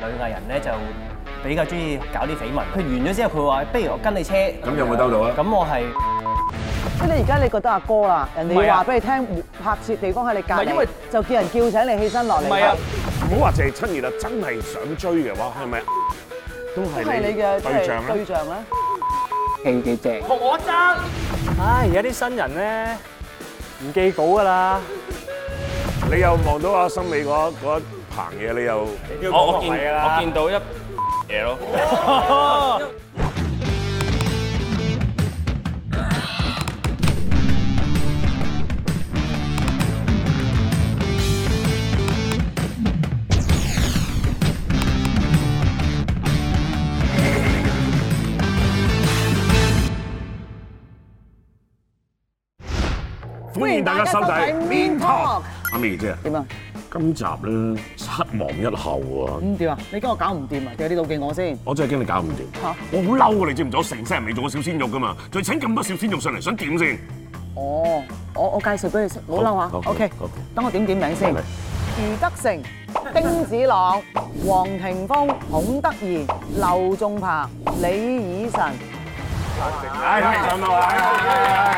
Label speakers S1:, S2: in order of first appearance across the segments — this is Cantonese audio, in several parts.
S1: 女藝人咧就比較中意搞啲緋聞，佢完咗之後，佢話不如我跟你車，咁
S2: 有冇兜到啊
S1: 咁我係唔
S3: 即係你而家你覺得阿哥啦，人
S1: 唔係
S3: 哋
S1: 啊
S3: 話俾你聽拍攝地方喺你隔
S1: 唔係因為
S3: 離，就叫人叫醒你起身落嚟。
S1: 係啊，
S2: 唔好話淨係親熱啦，啊真係想追嘅話，係咪都係
S3: 都係你嘅
S2: 你
S3: 即
S2: 對象
S3: 係
S2: 咧
S3: 對？象咧。
S1: 記幾正，同我爭。唉，而家啲新人咧唔記稿噶啦，
S2: 你又望到阿森美嗰嗰一棚嘢，你又哦
S4: 我我見
S2: 啊
S4: 我見到一嘢咯，
S2: 歡迎大家
S3: 歡迎大家收
S2: 收睇
S3: 睇
S2: Mean
S3: Mean
S2: Talk
S3: Talk。
S2: 阿 May 姐，
S3: 點啊？
S2: 今集咧七王一後啊！
S3: 咁點啊？你驚我搞唔掂啊？掉啲妒忌我先。
S2: 我真係驚你搞唔掂
S3: 嚇，
S2: 我好嬲啊！你知唔知？我成世人未做過小鮮肉噶嘛，仲請咁多小鮮肉上嚟，想點先？
S3: 哦，我我介紹俾你識，唔好嬲
S2: 好
S3: 嚇。
S2: 好
S3: OK，
S2: 好
S3: 等我點點名先
S2: 嚟。
S3: 余德成、丁子朗、黃庭鋒、孔德賢、劉仲鵬、李以晨，
S2: 唉，上到啦！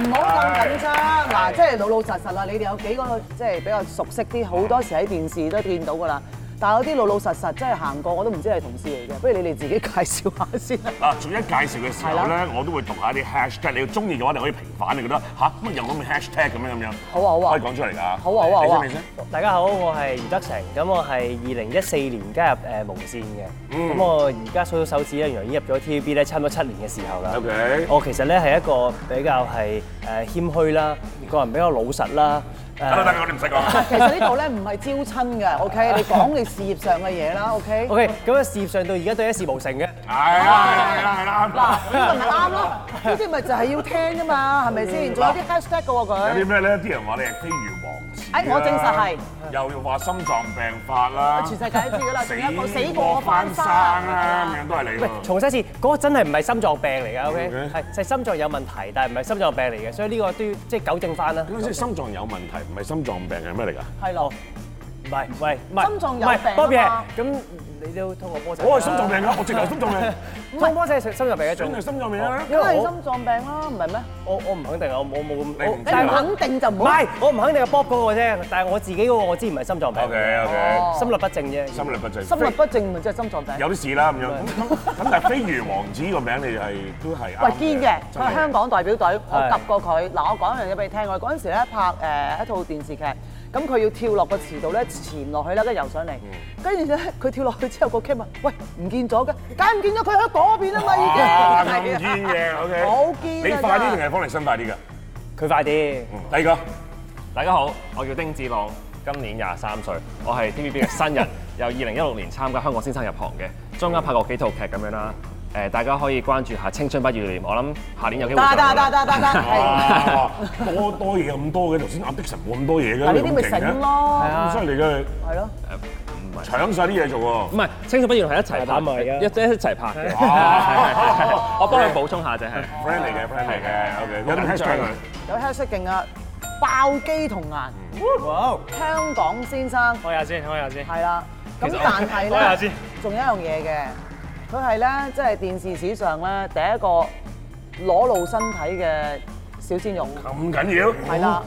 S3: 唔好咁緊張。嗱，即係老老實實啦，你哋有幾個即係比較熟悉啲，好多時喺電視都見到㗎啦。但係有啲老老實實真係行過，我都唔知係同事嚟嘅。不如你哋自己介紹下先啦。
S2: 嗱，逐一介紹嘅時候
S3: 係
S2: 咧，我都會讀下啲 hashtag。你要中意嘅話，你可以平反。你覺得吓乜有咁嘅 hashtag 咁樣咁樣？
S3: 好啊好啊
S2: 可以講出嚟㗎。
S3: 好啊好啊
S2: 你
S3: 好
S2: 先
S3: 啊
S2: 你先。
S1: 大家好，我係余德成，咁我係二零一四年加入誒無線嘅，咁、我而家數數手指咧，原來已經入咗 TVB 咧，差唔多七年嘅時候啦。
S2: OK
S1: 我其實咧係一個比較係誒謙虛啦，個人比較老實啦。
S2: 得啦
S1: 誒
S2: 得啦，我哋唔使講。
S3: 其實呢度咧唔 係招親嘅，OK？你講你事業上嘅嘢啦，OK？
S1: OK，咁啊事業上到而家都一事無成嘅。
S2: 係啦係啦係啦係啦。
S3: 呢個咪啱咯，呢啲咪就係要聽㗎嘛，係咪先？嗯仲有啲 hashtag 嘅喎
S2: 有啲
S3: 佢。
S2: 咩咧？啲人話你係飛魚王子啦
S3: 哎我證實係。
S2: 又話心臟病發啦。
S3: 全世界都知㗎啦，仲有一個死過
S2: 過
S3: 翻
S2: 翻
S3: 生
S2: 生
S3: 啊
S2: 啦，咁！樣都係你
S1: 喂
S2: 喎，。
S1: 重新一次，嗰、個真係唔係心臟病嚟㗎，OK？
S2: Okay
S1: 係係心臟有問題，但係唔係心臟病嚟嘅，所以呢個都要即係糾正翻啦。
S2: 咁即係心臟有問題，唔係心臟病係咩嚟㗎？
S3: 係咯，
S1: 唔係，喂，唔係，
S3: 心臟有
S1: 唔係
S3: 病啊
S1: Bobby，
S3: 嘛
S1: 咁你都通過波仔。
S2: 我係心臟病㗎，我直 頭心臟病，
S1: 通波仔係心臟病嘅
S2: 真係
S1: 仲，
S2: 心臟病啊！
S3: 梗
S1: 因為
S3: 係
S1: 我
S3: 心臟病啦，唔係咩？
S1: 我我唔肯定啊，我冇冇
S2: 你唔
S1: 咁
S2: 知。
S3: 你
S1: 但
S3: 唔
S1: 係我
S3: 肯定就唔
S1: 唔
S3: 好。
S1: 係，我唔肯定係 Bob 嗰個啫，但係我自己嗰個我知唔係心臟病
S2: OK OK，
S3: 哦
S1: 心律不正啫。
S2: 心律不正，
S3: 心律不正咪即係心臟病。
S2: 有啲事啦咁樣。咁咁但係飛魚王子個名你係都係
S3: 喂
S2: 啱
S3: 堅嘅，佢係香港代表隊，我
S1: 係
S3: 及過佢。嗱，我講一樣嘢俾你聽，我嗰陣時咧拍誒一套電視劇，咁佢要跳落個池度咧，潛落去啦，跟住游上嚟，跟住咧佢跳落去之後，個 cam 話：喂，唔見咗嘅，梗係唔見咗，佢喺嗰邊啊嘛
S2: 啊
S3: 已
S2: 咁
S3: 經。
S2: 堅嘅，OK。
S3: 好堅啊
S2: 你快啲
S3: 真係
S2: 定係方力申快啲㗎？
S1: 佢快啲。
S2: 嗯第二個。
S4: 大家好，我叫丁志朗，今年廿三歲，我係 TVB 嘅新人， 由二零一六年參加香港先生入行嘅，中間拍過幾套劇咁樣啦。誒，大家可以關注下《青春不要臉》，我諗下年有機會
S3: 得
S4: 上
S3: 得
S4: 啦。
S3: 得得得得，係。
S2: 哇多多嘢咁多嘅，頭先阿的神冇咁多嘢嘅，
S3: 嗱呢啲咪
S2: 你咁勁嘅
S3: 醒，咯，
S2: 咁犀利嘅，
S3: 係咯。
S2: 搶晒啲嘢做喎。
S4: 唔係《青春不要臉》係一齊
S1: 打埋
S4: 拍，
S1: 㗎
S4: 一一齊拍嘅。
S2: 哦
S4: 我幫佢補充下啫，係。
S2: friend 嚟嘅，friend 嚟嘅，OK。有啲 hashtag 佢。
S3: 有 hashtag 勁啊！爆肌童顏，
S1: 哇！
S3: 香港先生
S1: 開下先，開下先。
S3: 係啦。咁但係
S1: 開下先
S3: 咧，仲有一樣嘢嘅，佢係咧即係電視史上咧第一個裸露身體嘅小鮮肉。
S2: 咁緊要？
S3: 係啦，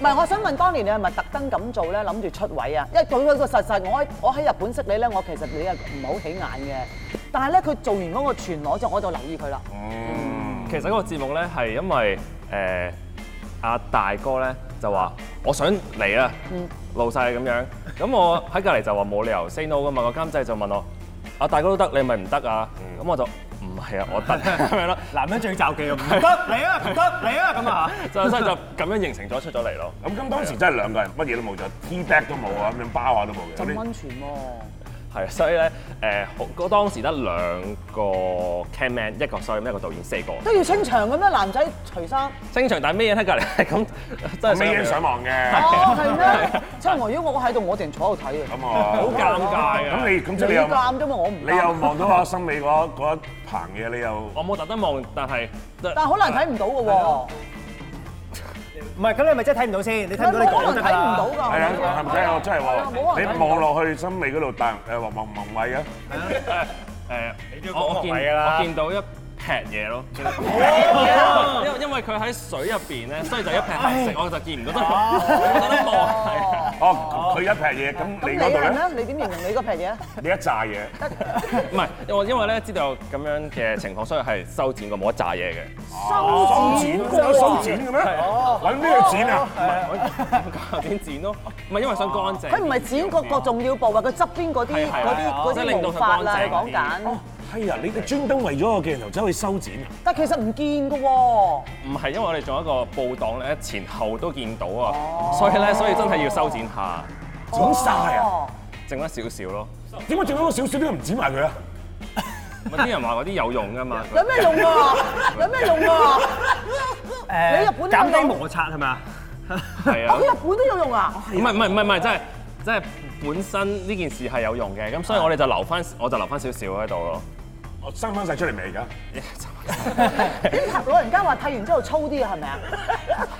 S3: 唔係我想問，當年你係咪特登咁做咧？諗住出位啊？因為佢佢個實實，我喺我喺日本識你咧，我其實你係唔係好起眼嘅。但係咧，佢做完嗰個全裸之後，我就留意佢啦。
S4: 其實嗰個節目咧係因為誒阿、大哥咧就話我想嚟啊，
S3: 嗯
S4: 老細咁樣，咁我喺隔離就話冇理由 say no 噶嘛，個監製就問我阿、大哥都得，你咪唔得啊？咁、我就唔係啊，我得咁樣咯，
S1: 嗯 男人最罩忌啊！唔得你啊，唔得你啊咁啊！
S4: 就 所以就咁樣形成咗出咗嚟咯。
S2: 咁咁當時真係兩個人乜嘢都冇咗，T back 都冇啊，咁樣包下都冇嘅。
S3: 浸
S2: 有啲
S3: 温泉喎，
S4: 係，所以咧誒，好嗰當時得兩個 cam man，一個 s o r 一個導演，四個
S3: 都要清場嘅咩？男仔除衫，
S4: 清場，但係咩嘢喺隔離係咁，真係
S2: 咩嘢上
S4: 上
S2: 網嘅？
S3: 哦係咩？即係我如果我喺度，我哋坐喺度睇啊。
S2: 咁啊，好
S4: 好尷尬嘅。
S2: 咁你咁即係
S3: 你
S2: 你又
S3: 監啫嘛，我唔
S2: 你又
S3: 監。
S2: 望到阿森美嗰嗰一棚嘢，你又
S4: 我冇特登望，但係但
S3: 但係好難睇唔到嘅喎，
S1: 唔係，咁你咪真係睇唔到先，你睇唔到你
S3: 冇
S1: 講
S3: 可
S1: 得
S3: 能
S1: 㗎
S3: 睇唔
S1: 啦
S3: 到。㗎。
S2: 係啊，係咪真係我真係
S3: 冇啊
S2: 喎？
S3: 人睇唔到
S2: 你望落去森美嗰度，但誒黃黃黃偉嘅，啊
S4: 誒，
S1: 都要講
S4: 我我
S1: 學
S4: 見
S1: 位㗎啦
S4: 我見到一劈嘢咯，因為因為佢喺水入邊咧，所以就一劈黑色，我就見唔到得，我得望係。
S2: 哦，佢一劈嘢，咁你
S3: 你
S2: 嗰度
S3: 係
S2: 咧，
S3: 咩？你點形容你嗰劈嘢啊？
S2: 你一紮嘢，
S4: 唔係，我因為咧知道有咁樣嘅情況，所以係修剪過冇一紮嘢嘅。
S3: 修剪
S2: 有手剪嘅咩？揾
S3: 哦
S2: 咩剪啊？
S4: 頭先剪咯，唔係因為想乾淨。
S3: 佢唔係剪嗰個重要部位，佢側邊嗰啲
S4: 係係
S3: 嗰啲
S4: 係
S3: 嗰
S4: 即係
S3: 啲
S4: 令到
S3: 毛
S4: 佢
S3: 髮啦，
S4: 乾淨
S3: 講
S4: 啲
S3: 緊。
S2: 係啊，你哋專登為咗個鏡頭走去修剪啊？
S3: 但其實唔見嘅喎，
S4: 唔係因為我哋仲有一個報檔咧，前後都見到啊，所以咧，所以真係要修剪下，
S2: 剪晒啊！
S3: 哦
S4: 剩翻少少咯。
S2: 點解整到少少都唔剪埋佢啊？
S4: 咪啲人話嗰啲有用㗎 嘛，
S3: 有咩用啊？有咩用啊？
S1: 誒
S3: 你日本都有
S1: 減低摩擦係咪啊？
S4: 係啊
S3: 我。日本都有用啊！
S4: 唔係唔係唔係唔係，真係真係本身呢件事係有用嘅，咁所以我哋就留翻，我就留翻少少喺度咯。
S2: 我生翻晒出嚟未而
S3: 哦
S2: 家？
S3: 點老人家話剃完之後粗啲啊？係咪啊？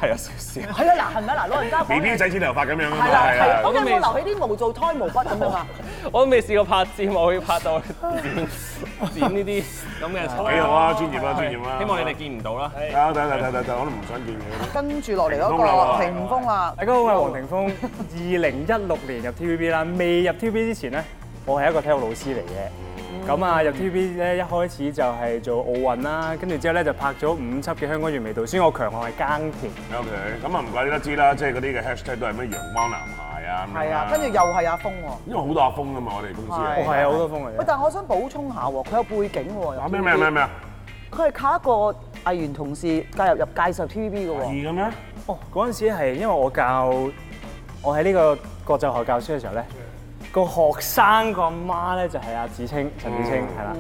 S4: 係啊，少少。
S3: 係啊，嗱係咪啊？嗱，老人家
S2: B
S3: 講
S2: B 仔剪頭髮咁樣啊嘛，
S3: 係啦，
S2: 係
S3: 係
S2: 啊
S3: 咁有冇留起啲毛做胎毛筆咁樣啊？
S4: 我都未試過拍節目，可以拍到剪 剪呢啲咁嘅嘢。
S2: 幾好啊，專業啊，專業啊！
S4: 希望你哋見唔到啦。
S2: 啊，等等等等等，我都唔想見佢。
S3: 跟住落嚟
S2: 屏風啦喎
S3: 嗰個屏風啊啦，
S1: 大家好，我係黃庭鋒。二零一六年入 TVB 啦，未入 TVB 之前咧，我係一個體育老師嚟嘅。咁啊，入 TVB 咧一開始就係做奧運啦，跟住之後咧就拍咗五輯嘅《香港完美導》，雖然我強項係耕田。
S2: O K，咁啊唔怪你得知啦，即係嗰啲嘅 hashtag 都係咩陽光男孩啊咁樣啦
S3: 係啊，跟住又係阿峰喎。
S2: 因為好多阿峰啊嘛，我哋公司
S1: 哦，
S3: 係
S1: 係啊，好多風嚟
S3: 喂，。但係我想補充下喎，佢有背景喎。有
S2: 啊咩咩咩咩啊？
S3: 佢係靠一個藝員同事介入入介紹 TVB 嘅
S2: 二
S3: 喎。
S2: 嘅咩？
S1: 哦，嗰陣時係因為我教我喺呢個國際學教書嘅時候咧，個學生個媽咧就係阿子清陳子
S3: 嗯
S1: 清係啦。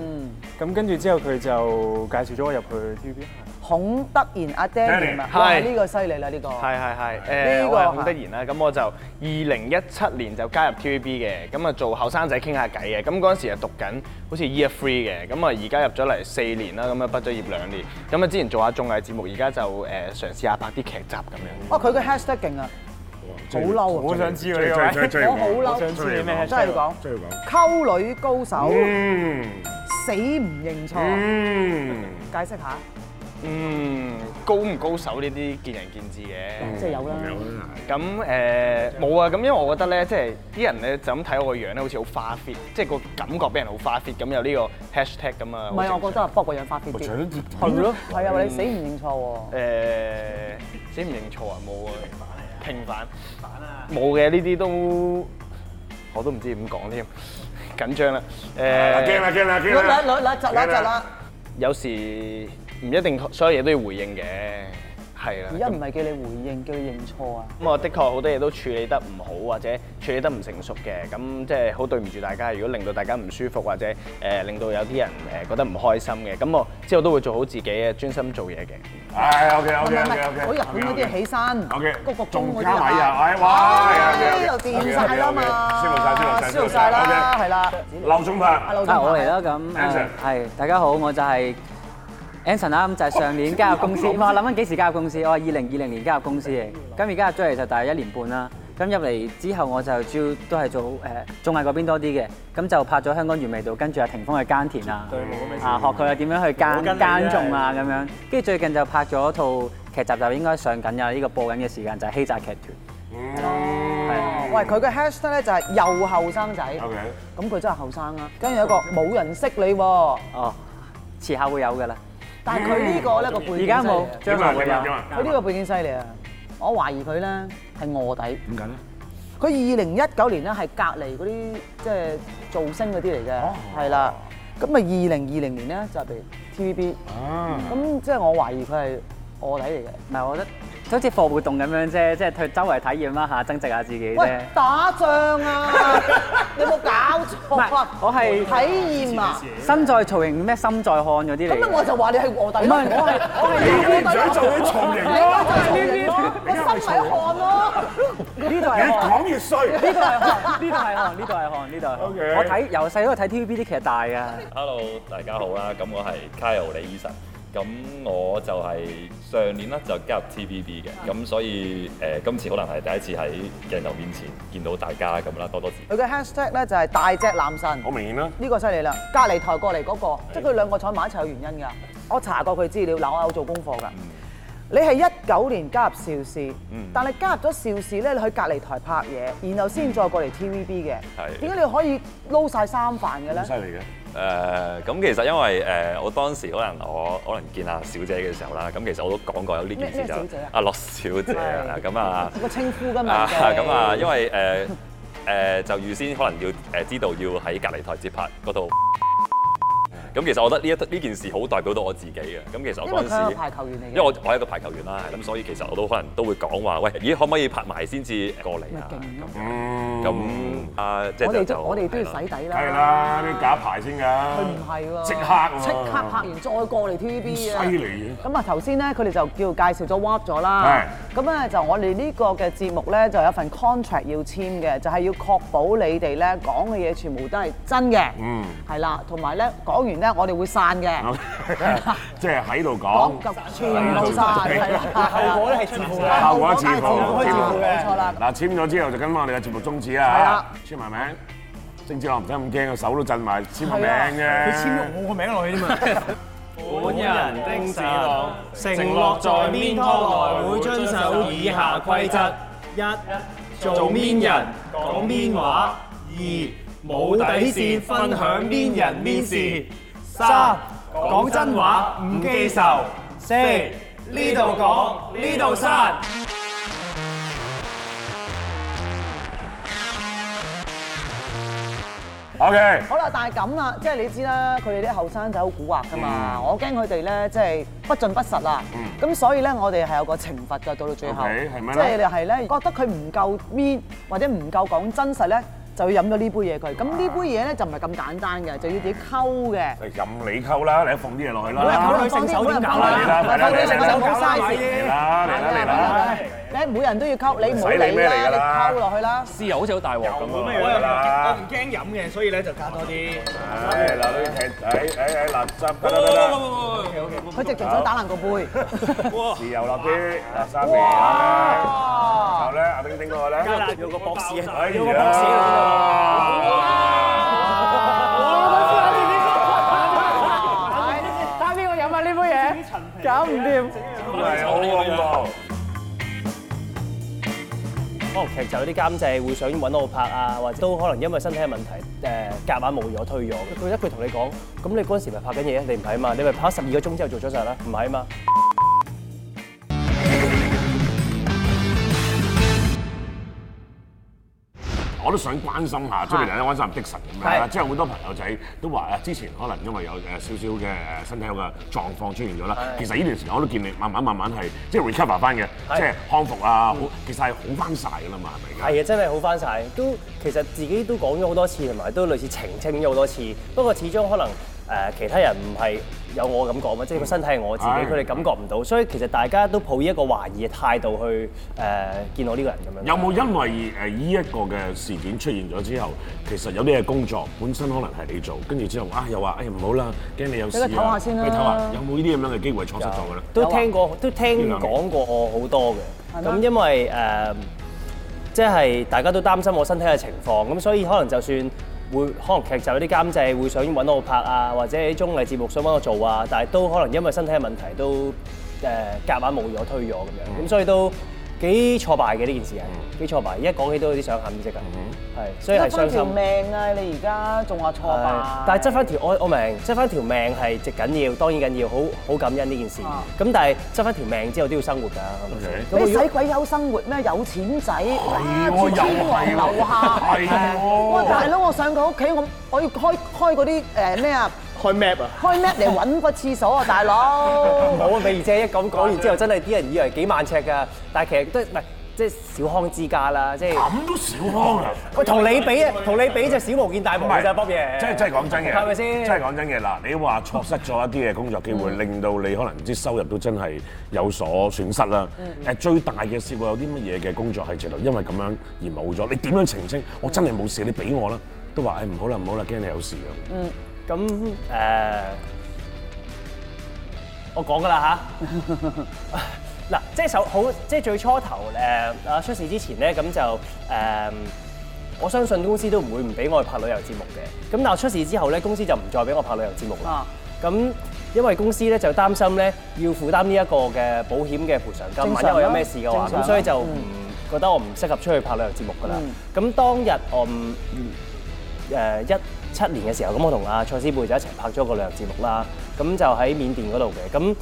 S1: 咁跟住之後佢就介紹咗我入去 TVB。
S3: 孔德賢阿 Danny 啊，
S5: 係
S3: 哇呢個犀利啦呢個。
S5: 係係係，
S3: 呢啊
S5: 誒
S3: 個
S5: 我係孔德賢啦，咁我就二零一七年就加入 TVB 嘅，咁啊做後生仔傾下偈嘅，咁嗰陣時係讀緊好似 Year Three 嘅，咁啊而家入咗嚟四年啦，咁啊畢咗業兩年，咁啊之前做下綜藝節目，而家就誒嘗試下拍啲劇集咁樣。
S3: 哇佢嘅 hashtag 勁啊，好嬲啊！
S1: 好想知喎
S2: 追
S1: 呢
S2: 追
S1: 個
S2: 追
S1: 位，
S3: 我好嬲，
S1: 想知你咩 hashtag
S3: 真係要講
S2: 追佢講。
S3: 啊溝女高手
S2: 嗯
S3: 死唔認錯，
S2: 嗯，
S3: 解釋下
S5: 嗯，高唔高手呢啲見仁見智嘅。
S3: 即係有啦。
S5: 咁誒冇啊，咁因為我覺得咧，即係啲人咧就咁睇我個樣咧，好似好花 fit，即係個感覺俾人好花 fit，咁有呢個 hashtag 咁啊。
S3: 唔係，我覺得啊，博個樣發啲
S2: 咪就
S3: 啲。
S2: 係
S3: 係咯，係啊，你死唔認錯喎。
S5: 誒、呃死唔認錯啊！冇啊，平反冇嘅呢啲都我都唔知點講添，緊張啦。誒、
S3: 啊
S2: 驚啦驚啦
S3: 女女
S2: 驚啦！
S3: 女女窒啦窒啦，
S5: 有時唔一定所有嘢都要回應嘅，係啦。
S3: 而家唔係叫你回應，叫你認錯啊。
S5: 咁我的確好多嘢都處理得唔好，或者處理得唔成熟嘅，咁即係好對唔住大家。如果令到大家唔舒服，或者誒、令到有啲人誒覺得唔開心嘅，咁我之後都會做好自己嘅，專心做嘢嘅。
S2: 唉，OK
S3: 唔
S2: OK
S3: 係唔
S2: OK OK。
S3: 係，我日本嗰啲起身，
S2: OK，
S3: 個個公
S2: 仲
S3: 嗰
S2: 加
S3: 啲
S2: 米啊！
S3: 啊，
S2: 哎，哇！
S3: 呢度掂晒啦嘛，
S2: 消耗晒，消耗晒，
S3: 消耗晒啦，係啦。
S2: 劉仲
S3: 阿
S2: 鵬，
S3: 老
S6: 啊，
S3: 總
S6: 我嚟
S3: 係
S6: 啦
S3: 啊，
S6: 咁
S2: Anson
S6: 誒係大家好，我就係 Anson 啦，咁就係上年加入公司，唔係我諗緊幾時加入公司，我係二零二零年加入公司嘅，咁而家入咗嚟就大約一年半啦。咁入嚟之後我就主要都係做誒綜藝嗰邊多啲嘅，咁就拍咗香港原味道，跟住阿霆鋒去耕田啊，啊學佢啊點樣去耕耕種啊咁樣，跟住最近就拍咗套劇集，就應該上緊㗎，呢個播緊嘅時間就係欺詐劇團，
S3: 喂，佢嘅 hashtag 咧就係又後生仔，
S2: OK
S3: 咁佢真係後生啦。跟住有一個冇人識你喎，
S6: 哦，遲下會有㗎啦，
S3: 但係佢呢個咧個背景犀
S6: 而家
S3: 利啊
S6: 冇，
S2: 點
S6: 將
S2: 啊
S6: 來會
S2: 點啊
S6: 有
S2: 點。啊！
S3: 佢呢個背景犀利啊！我懷疑佢咧係卧底。點解咧？佢二零一九年咧係隔離嗰啲即係造星嗰啲嚟嘅，係啦。咁啊，二零二零年咧就係 TVB。咁即係我懷疑佢係卧底嚟嘅。
S6: 唔係，我覺得好似課活動咁樣啫，即係去周圍體驗一下，增值下自己啫
S3: 喂。，打仗 啊！你有冇搞
S6: 唔
S3: 錯啊？
S6: 係我係
S3: 體驗啊！
S6: 心在曹營咩？心在漢嗰啲嚟
S3: 咁啊，
S6: 嘅。
S3: 我就話你係卧底
S6: 唔
S3: 咯，
S6: 係
S3: 我係我係
S2: 你想做啲重型咯
S3: 你就係曹營咯，個心係汗咯，
S6: 呢度係
S2: 越
S6: 漢。
S2: 講越衰。
S6: 呢度係汗，呢度係汗，呢度係汗，呢度係汗。
S2: OK
S6: 我睇由細都係睇 TVB 啲劇大㗎。
S7: Hello，大家好啦，咁我係 Kyle 李醫生，咁我就係上年啦就加入 TVB 嘅，咁所以誒、呃今次可能係第一次喺鏡頭面前見到大家咁啦，多多指
S3: 佢嘅 hashtag 咧就係大隻男神
S2: 好。明顯啦，
S3: 呢個犀利啦！隔離台過嚟嗰、個，即係佢兩個坐埋一齊有原因㗎。我查過佢資料，嗱，我有做功課㗎。你係一九年加入邵氏，但係加入咗邵氏咧，你去隔離台拍嘢，然後先再過嚟 TVB 嘅。
S7: 係
S3: 點解你可以撈晒三飯嘅咧
S2: 好犀？利嘅。
S7: 誒咁、其實因為誒、呃我當時可能我可能見阿小姐嘅時候啦，咁其實我都講過有呢件
S3: 咩
S7: 事就
S3: 咩小姐啊
S7: 阿樂小姐啊，
S3: 係
S7: 咁啊
S3: 有個稱呼㗎嘛
S7: 啊
S3: 人哋
S7: 咁啊，因為誒誒、呃就預先可能要誒呃知道要喺隔離台接拍嗰度。咁其實我覺得呢一呢件事好代表到我自己嘅。咁其實我
S3: 因為
S7: 嗰
S3: 佢
S7: 陣
S3: 係個，
S7: 時
S3: 排球員嚟
S7: 因為
S3: 嘅。
S7: 我我係一個排球員啦，係咁所以其實我都可能都會講話，喂，咦可唔可以拍埋先至過嚟啊？咁咁啊，即係
S3: 我哋
S7: 就
S3: 都我哋都要
S7: 係啦
S3: 洗底
S2: 係
S3: 啦。
S2: 啦，啲假牌先㗎。
S3: 佢唔係喎，
S2: 即刻喎
S3: 即刻拍完再過嚟 TVB 啊！
S2: 犀利嘅。
S3: 咁啊，頭先咧佢哋就叫介紹咗 w a p 咗啦。咁咧就我哋呢個嘅節目咧就有份 contract 要簽嘅，就係、要確保你哋咧講嘅嘢全部都係真嘅。嗯。係啦，同埋咧講完咧，我哋會散嘅。
S2: 即係喺度
S3: 講
S2: 講，
S3: 及全部散，係啦。後果咧係自負啦
S2: 效果自負，
S3: 自負冇錯啦。
S2: 嗱，簽咗之後就跟翻我哋嘅節目宗旨
S3: 係
S2: 啦
S3: 啦。
S2: 簽埋名，正子我唔使咁驚，個手都震埋，簽埋名
S3: 係
S2: 啫。
S8: 我個名落去啫嘛。
S5: 本人的神。
S8: 承諾在 Mean Talk 內會遵守以下規則：一、做 Mean 人講 Mean 話；二、冇底線分享 Mean 人 Mean 事；三、講真話唔記仇；四、呢度講呢度刪。
S2: O K，
S3: 好啦，但係咁啦，即係你知啦，佢哋啲後生仔好蠱惑噶嘛，
S2: 嗯
S3: 我驚佢哋咧即係不盡不實啦。咁、所以咧，我哋係有個懲罰㗎，到到最後
S2: OK，係咩咧
S3: 即係你係咧覺得佢唔夠 mean 或者唔夠講真實咧，就要飲咗呢杯嘢佢。
S2: 啊
S3: 咁呢杯嘢咧就唔係咁簡單嘅，就要自己溝嘅。
S2: 任你溝啦，你放啲嘢落去啦。
S3: 人放啲，每人放
S2: 嚟啦嚟啦
S3: 放啲
S2: 嚟啦
S3: 唔好嘥時間
S2: 嚟啦嚟啦嚟 啦，
S3: 你每人都要溝，你唔好
S2: 唔使理
S3: 理
S2: 咩嚟㗎
S3: 啦，
S2: 啦
S3: 你溝落去啦。
S5: 豉油好似好大鑊咁啊！
S2: 嚟啦！
S8: 驚飲嘅，所以咧就加多啲。
S2: 唉，嗱呢啲劇，唉唉唉，垃圾得得得得，
S3: 佢直情想打爛個 杯。
S2: 豉油落啲，啊沙皮 啊，然後咧阿丁丁嗰個咧，
S8: 有個博士啊，
S2: 哎呀，
S6: 打邊個飲啊？呢杯嘢搞唔掂。
S2: 真係好恐怖。
S8: 可能哦劇集有啲監製會想揾我拍啊，或者都可能因為身體嘅問題誒夾硬冇咗推咗。佢一佢同你講，咁你嗰陣時咪拍緊嘢，你唔係嘛？你咪拍十二個鐘之後做咗晒啦，唔係嘛？
S2: 我都想關心下，即係譬如咧關心下的神咁樣啦，
S8: 係
S2: 即係好多朋友仔都話啊，之前可能因為有誒少少嘅誒身體有嘅狀況出現咗啦，其實呢段時間我都見你慢慢慢慢係即係 recover 翻嘅，即係康復啊，好其實係好翻晒㗎啦嘛，係咪㗎？
S8: 係啊，真係好翻晒。都其實自己都講咗好多次，同埋都類似澄清咗好多次。不過始終可能誒、呃其他人唔係有我咁講嘛，即係個身體係我自己，
S2: 係
S8: 佢哋感覺唔到。所以其實大家都抱以一個懷疑嘅態度去誒、呃、見我呢個人咁樣。
S2: 有冇因為誒依一個嘅事件出現咗之後，其實有啲嘅工作本身可能係你做，跟住之後啊又話誒唔好啦，驚你有事啊，
S3: 俾佢唞下先啦
S2: 俾佢唞下，有冇呢啲咁樣嘅機會錯失咗嘅咧？
S8: 都聽過，都聽
S2: 呢兩年
S8: 講過我好多嘅。
S3: 係
S8: 咁
S3: 咩
S8: 因為誒、呃即係大家都擔心我身體嘅情況，咁所以可能就算會可能劇集有啲監製會想揾我拍啊，或者啲綜藝節目想揾我做啊，但係都可能因為身體嘅問題都誒夾硬冇咗推咗咁樣，咁、所以都。幾挫敗嘅呢件事係幾挫敗，一講起都有啲想喊即刻，
S3: 嗯
S8: 係所以
S3: 執
S8: 係傷
S3: 翻
S8: 心
S3: 條。命啊！你而家仲話錯
S8: 係
S3: 吧？
S8: 但係執翻條我我明，執翻條命係值緊要，當然緊要，好好感恩呢件事。
S3: 啊
S8: 咁但係執翻條命之後都要生活㗎，係咪
S3: 你
S8: 先？咁
S3: 使鬼有生活咩？有錢仔，哇！
S2: 喎
S3: 住天
S2: 啊哎又係喎哎
S3: 王樓下，
S2: 係喎
S3: 哇！大佬，我上佢屋企，我我要開開嗰啲誒咩啊？
S5: 開 map 啊！
S3: 開 map 嚟揾個廁所啊，大佬！
S8: 冇啊！咪而且一咁講完之後，真係啲人以為幾萬尺㗎，但係其實都唔係即係小康之家啦，即係
S2: 咁都小康啊！
S8: 喂同你比啊，同你比就小巫見大巫
S2: 唔
S8: 㗎
S2: 係
S8: 咋，卜爺。
S2: 真係真係講真嘅，
S8: 係咪先
S2: 真係講真嘅嗱，你話錯失咗一啲嘅工作機會，令到你可能啲收入都真係有所損失啦。
S8: 嗯
S2: 誒，最大嘅試過有啲乜嘢嘅工作係直頭因為咁樣而冇咗，你點樣澄清？我真係冇事，你俾我啦。都話誒哎唔好啦唔好啦，驚你有事啊！
S8: 嗯咁誒、我講噶啦吓， 嗱，即係首好，即係最初頭誒啊出事之前咧，咁就誒、我相信公司都唔會唔俾我去拍旅遊節目嘅。咁但係我出事之後咧，公司就唔再俾我拍旅遊節目啦
S3: 啊。
S8: 咁因為公司咧就擔心咧要負擔呢一個嘅保險嘅賠償
S3: 正常
S8: 金，萬一
S3: 啦
S8: 我有咩事嘅話，
S3: 正常
S8: 咁
S3: 啦嗯
S8: 所以就唔覺得我唔適合出去拍旅遊節目㗎啦。咁、當日嗯我唔。誒呃一七年嘅時候，咁我同阿蔡思貝就一齊拍咗個旅遊節目啦。咁就喺緬甸嗰度嘅，咁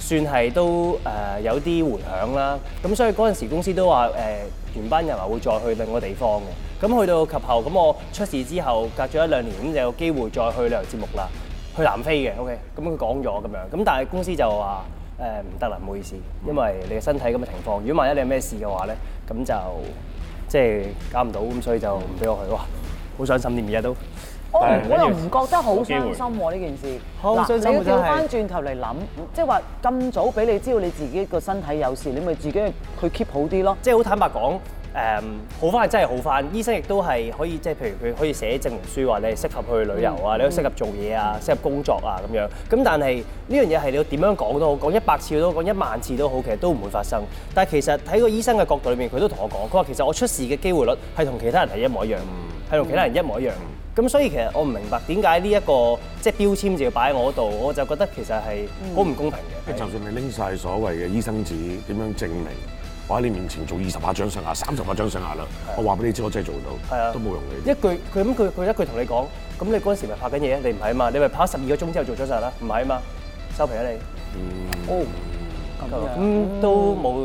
S8: 算係都誒有啲回響啦。咁所以嗰陣時公司都話誒呃原班人馬會再去另一個地方嘅。咁去到及後，咁我出事之後，隔咗一兩年，咁就有機會再去旅遊節目啦。去南非嘅，OK，咁佢講咗咁樣，咁但係公司就話誒唔得啦，唔好意思，因為你嘅身體咁嘅情況，如果萬一你有咩事嘅話咧，咁就即係搞唔到，咁所以就唔俾我去。哇，好傷心添，而家啊都。
S3: 我唔哦我又唔覺得好傷心喎呢件事。
S8: 好傷心
S3: 嗱你要
S8: 真係
S3: 調翻轉頭嚟諗，即係話咁早俾你知道你自己個身體有事，你咪自己去 keep 好啲咯。
S8: 即係好坦白講，誒、好翻係真係好翻，醫生亦都係可以即係譬如佢可以寫證明書話你係適合去旅遊
S3: 嗯
S8: 啊，你都適合做嘢啊，適合工作啊咁樣。咁但係呢樣嘢係你要點樣講都好，講一百次都好，講一萬次都好，其實都唔會發生。但係其實喺個醫生嘅角度裏面，佢都同我講，佢話其實我出事嘅機會率係同其他人係一模一樣，係同其他人一模一樣。咁所以其實我唔明白點解呢一個即係標籤就要擺喺我度，我就覺得其實係
S3: 嗯
S8: 好唔公平嘅。
S2: 就算你拎晒所謂嘅醫生紙，點樣證明？我喺你面前做二十下掌上壓、三十下掌上壓啦，我話俾你知，我真係做
S8: 係啊
S2: 到，都冇用
S8: 一
S2: 你。
S8: 句佢咁佢佢一句同你講，咁你嗰陣時咪拍緊嘢，你唔係啊嘛，你咪拍咗十二個鐘之後做咗晒啦，唔係啊嘛，收皮啦你。
S2: 嗯
S8: 哦，咁都冇